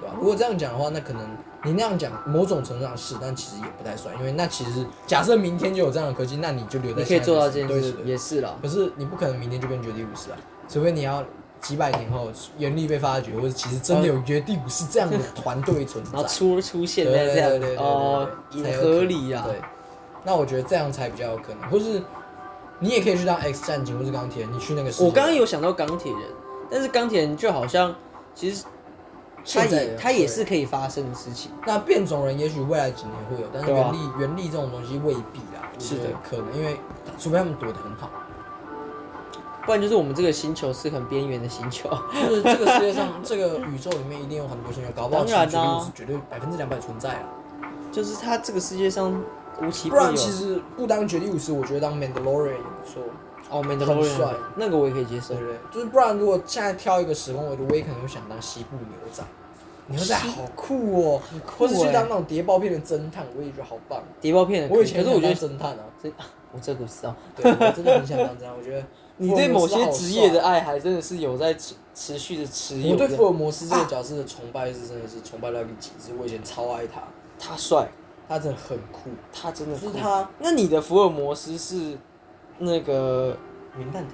S1: 对吧、如果这样讲的话，那可能你那样讲，某种程度上是，但其实也不太算，因为那其实假设明天就有这样的科技，那你就留在
S2: 你可
S1: 下
S2: 以
S1: 一个
S2: 做到
S1: 时
S2: 这件
S1: 对
S2: 事
S1: 对对
S2: 也是啦。
S1: 可是你不可能明天就变绝地武士啊，除非你要几百年后原力被发掘，或者其实真的有绝地武士这 样的团队存在
S2: 然后，出出现
S1: 对
S2: 在
S1: 对
S2: 这
S1: 对对对
S2: 样
S1: 对
S2: 哦，
S1: 对
S2: 也
S1: 才有可能
S2: 合理啊。
S1: 对，那我觉得这样才比较有可能，或是你也可以去当 X 战警或是钢铁，你去那个世界
S2: 我刚刚有想到钢铁人，但是钢铁人就好像其实他
S1: 现在
S2: 也他
S1: 对
S2: 也是可以发生的事情。
S1: 那变种人也许未来几年会有，但是
S2: 对
S1: 原
S2: 啊
S1: 力、原力这种东西未必啦，我觉
S2: 是的
S1: 得可能因为除非他们躲得很 好，
S2: 不然就是我们这个星球是很边缘的星球，
S1: 就是这个世界上这个宇宙里面一定有很多星球，搞不好
S2: 当然
S1: 其实绝对
S2: 啊
S1: 是绝对百分之两百存在啊。
S2: 就是他这个世界上无奇
S1: 不
S2: 不有
S1: 然。其实不当绝地武士，我觉得当 Mandalorian 也不错，
S2: 哦，美德
S1: 很
S2: 罗
S1: 帅
S2: 人那个我也可以接受
S1: 对。不对？就是不然如果现在挑一个时空维度，我也可能会想当西部牛仔，牛仔
S2: 西
S1: 好酷哦，
S2: 很酷
S1: 或是去
S2: 欸
S1: 当那种谍报片的侦探，我也觉得好棒。
S2: 谍报片的，
S1: 我
S2: 欸可
S1: 以前
S2: 是我觉
S1: 想
S2: 得
S1: 当侦探啊，
S2: 真，啊我这个不知道。
S1: 对，我真的很想当侦探，我觉得
S2: 你对某
S1: 福尔
S2: 些
S1: 摩斯好
S2: 职业的
S1: 帅
S2: 爱还真的是有在持持续的持有
S1: 我对
S2: 的。
S1: 福尔摩斯这个角色的崇拜是真的是崇拜到一个极致，我以前超爱他，
S2: 他帅，
S1: 他真的很酷，
S2: 他真的
S1: 就是
S2: 酷
S1: 他
S2: 那你的福尔摩斯是那个
S1: 名探偵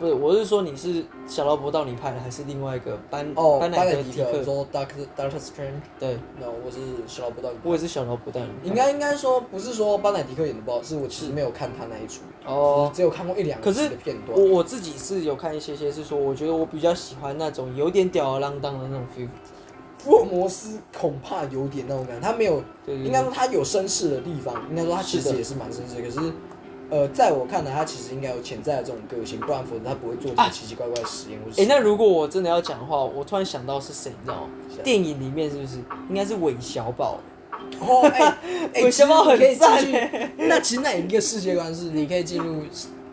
S2: 不是？我是说你是小劳勃道尼派的，还是另外一个班
S1: 哦，
S2: 班
S1: 莱
S2: 德
S1: 迪
S2: 迪
S1: 克
S2: 克？
S1: 说 Doctor Doctor Strange，
S2: 对，
S1: no，我是小老不到
S2: 我也是小劳勃道尼派。
S1: 应该应该说不是说班乃迪克演的不好，是我其实没有看他那一出，
S2: 哦
S1: 只，只有看过一两
S2: 可
S1: 集
S2: 是
S1: 的片段
S2: 我。我自己是有看一些些，是说我觉得我比较喜欢那种有点吊儿郎当的那种 feel。
S1: 福尔摩斯恐怕有点那种感觉，他没有，
S2: 对对
S1: 应该说他有绅士的地方，应该说他其
S2: 是
S1: 实
S2: 的
S1: 也是蛮绅士的，可是。呃，在我看来，他其实应该有潜在的这种个性，不然否则他不会做这
S2: 啊
S1: 些奇奇怪怪的实验。或
S2: 哎、
S1: 是
S2: 那如果我真的要讲的话，我突然想到是谁，你知道吗？
S1: 谁
S2: 电影里面是不是应该是韦小宝？
S1: 哦，哎、 哎，
S2: 韦小宝很
S1: 其实你
S2: 赞欸
S1: 可以进 去。那其实那一个世界观是，你可以进入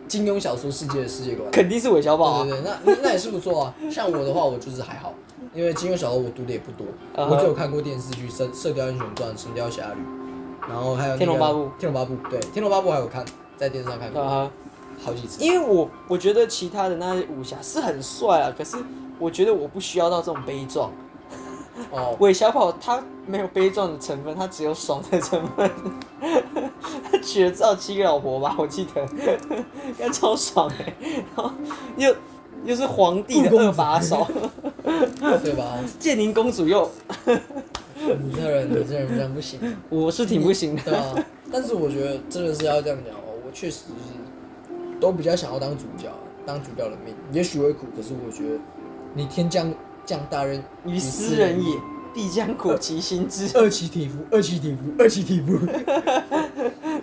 S1: 金庸小说世界的世界观。对
S2: 肯定是韦小宝啊！
S1: 对对，那那也是不错啊。 像我的话，我就是还好，因为金庸小说我读的也不多，
S2: 啊哈
S1: 我只有看过电视剧《射射雕英雄传》《神雕侠侣》，然后还有、那个
S2: 天龙八部
S1: 天龙八部》对，《天龙八部》还有看，在电视上看过、
S2: 啊哈
S1: 好几次。
S2: 因为我我觉得其他的那些武侠是很帅啊，可是我觉得我不需要到这种悲壮。
S1: 哦，
S2: 韦小宝他没有悲壮的成分，他只有爽的成分。他娶了至少七个老婆吧，我记得，应该超爽哎、然后又又是皇帝的二把手，
S1: 对吧？
S2: 建宁公主又，
S1: 你这人，你这人这样不行，
S2: 我是挺不行的。
S1: 对啊。但是我觉得真的是要这样讲哦，我确实是都比较想要当主角，当主角的命，也许会苦，可是我觉得你天降降大任
S2: 于斯人也，必将苦其心志。
S1: 二其体肤，二其体肤，二其体肤。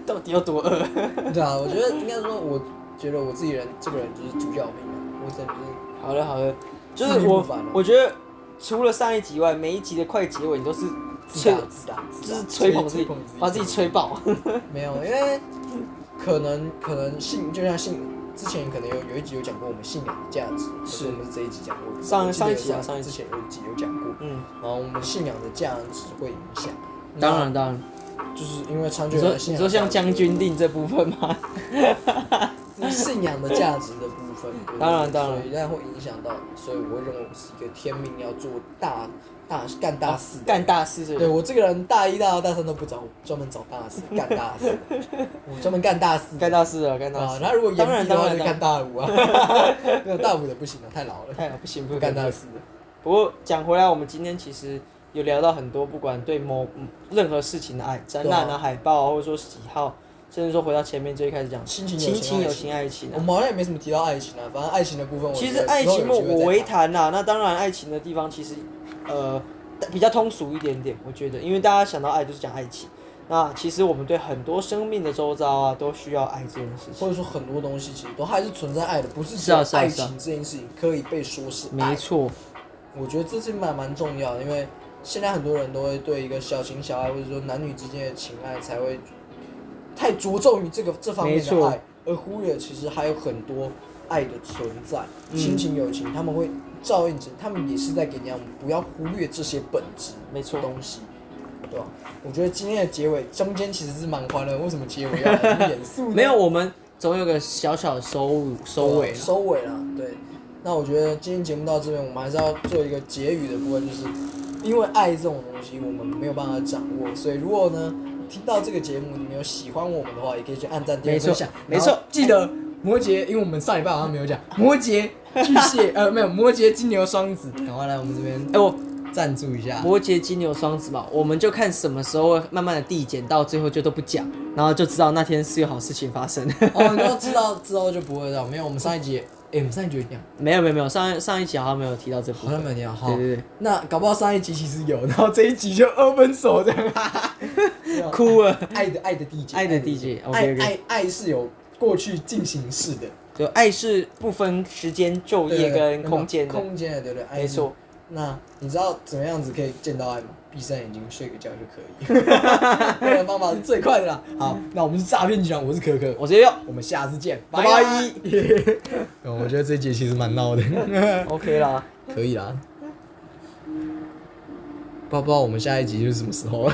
S2: 到底有多饿？
S1: 对啊，我觉得应该说，我觉得我自己人这个人就是主角命啊，我真的就是
S2: 好了好了，就
S1: 自
S2: 是
S1: 命不
S2: 我
S1: 凡啊
S2: 我觉得除了上一集以外，每一集的快结尾你都是
S1: 自
S2: 吹
S1: 大，自大，自
S2: 就
S1: 大
S2: 是吹捧自己
S1: 吹捧自，己
S2: 把自己吹爆。
S1: 没有，因为可能可能信，就像信之前可能有有一集有讲过我们信仰的价值，可
S2: 是
S1: 我们这一集讲过，
S2: 上
S1: 我记得
S2: 上一集啊上一集
S1: 之前有一集有讲过，
S2: 嗯，
S1: 然后我们信仰的价值会影响，
S2: 当然当然。
S1: 那就是因为长久
S2: 你
S1: 以来
S2: 说
S1: 的信
S2: 你
S1: 仰
S2: 说像
S1: 价值
S2: 将军令这部分吗？
S1: 信仰的价值的部分，对不对
S2: 嗯当然当然
S1: 所以那会影响到你，所以我会认为我是一个天命要做大大干大事的人
S2: 啊干大事是不
S1: 对
S2: 是？
S1: 我这个人，大一、大二、大三都不找，我专门找大四干大 事，我专门干大事。
S2: 干大事了，干大
S1: 啊，
S2: 事。
S1: 那如果
S2: 当
S1: 严
S2: 然
S1: 逼的
S2: 当
S1: 话
S2: 然
S1: 就
S2: 当
S1: 干
S2: 然
S1: 大五啊， 没有大五的不行了，啊太老了，
S2: 哎呀，不行不
S1: 不
S2: 行，
S1: 干大
S2: 事。
S1: 事了。
S2: 不过讲回来，我们今天其实有聊到很多，不管对某嗯任何事情的爱，展览
S1: 对
S2: 啊、
S1: 啊
S2: 海报啊，或者说喜好，甚至说回到前面最一开始讲
S1: 亲情友情
S2: 亲情、
S1: 爱
S2: 友
S1: 情
S2: 情、爱情
S1: 我
S2: 啊。
S1: 们好像也没什么提到爱情啊，反正爱情的部分我觉
S2: 其
S1: 得
S2: 实
S1: 之后
S2: 爱情
S1: 有
S2: 我
S1: 机会再
S2: 我微
S1: 谈
S2: 谈呐、啊那当然爱情的地方其实呃比较通俗一点点，我觉得，因为大家想到爱就是讲爱情。那其实我们对很多生命的周遭啊，都需要爱这件事情。
S1: 或者说很多东西其实都还是存在爱的，不是只
S2: 是啊
S1: 有
S2: 是啊
S1: 爱
S2: 是啊
S1: 情这件事情可以被说是爱。
S2: 错，
S1: 我觉得这是蛮蛮重要的，因为现在很多人都会对一个小情小爱，或者说男女之间的情爱，才会太着重于这个这方面
S2: 没
S1: 的
S2: 错
S1: 爱，而忽略其实还有很多爱的存在，
S2: 嗯
S1: 亲情、友情，他们会照应着，他们也是在给你讲，我们不要忽略这些本质
S2: 没错。
S1: 东西。对吧？我觉得今天的结尾中间其实是蛮欢乐，为什么结尾要很严肃呢？
S2: 没有，我们总有个小小的收收尾
S1: 对啊
S2: 啦。
S1: 收尾了。对，那我觉得今天节目到这边，我们还是要做一个结语的部分，就是因为爱这种东西，我们没有办法掌握，所以如果呢听到这个节目，你们有喜欢我们的话，也可以去按赞、订阅、
S2: 没错
S1: 分享。
S2: 没错
S1: 然后记得摩羯，因为我们上礼拜好像没有讲摩羯、巨蟹，呃，没有摩羯、金牛、双子，赶快来我们这
S2: 哎、
S1: 边
S2: 我
S1: 赞助一下。
S2: 摩羯、金牛、双子嘛，我们就看什么时候会慢慢的递减，到最后就都不讲，然后就知道那天是有好事情发生。
S1: 哦，你要知道之后就不会这样。没有，我们上一集，哎、我们上一集有讲，
S2: 没有没有没有，上上一集好像没有提到这部
S1: 好像
S2: 分。
S1: 没有讲。好
S2: 对，对
S1: 那搞不好上一集其实有，然后这一集就二分手这 样。
S2: 对，哭了，
S1: 爱的爱的地界，
S2: 爱的地界
S1: 爱
S2: OK，OK
S1: 爱爱是有过去进行式的，
S2: 就爱是不分时间、昼夜跟空间的，
S1: 空间的对不对？爱
S2: 没错。
S1: 是。那你知道怎么样子可以见到爱吗？闭上眼睛睡个觉就可以， 那个方法是最快的啦。好，那我们是诈骗集团，我是可可，
S2: 我是佑
S1: 我们下次见，
S2: 拜
S1: 拜
S2: 拜
S1: 拜。嗯 我觉得这一节其实蛮闹的，
S2: ，OK 啦，
S1: 可以啦。不知道不知道我们下一集是什么时候。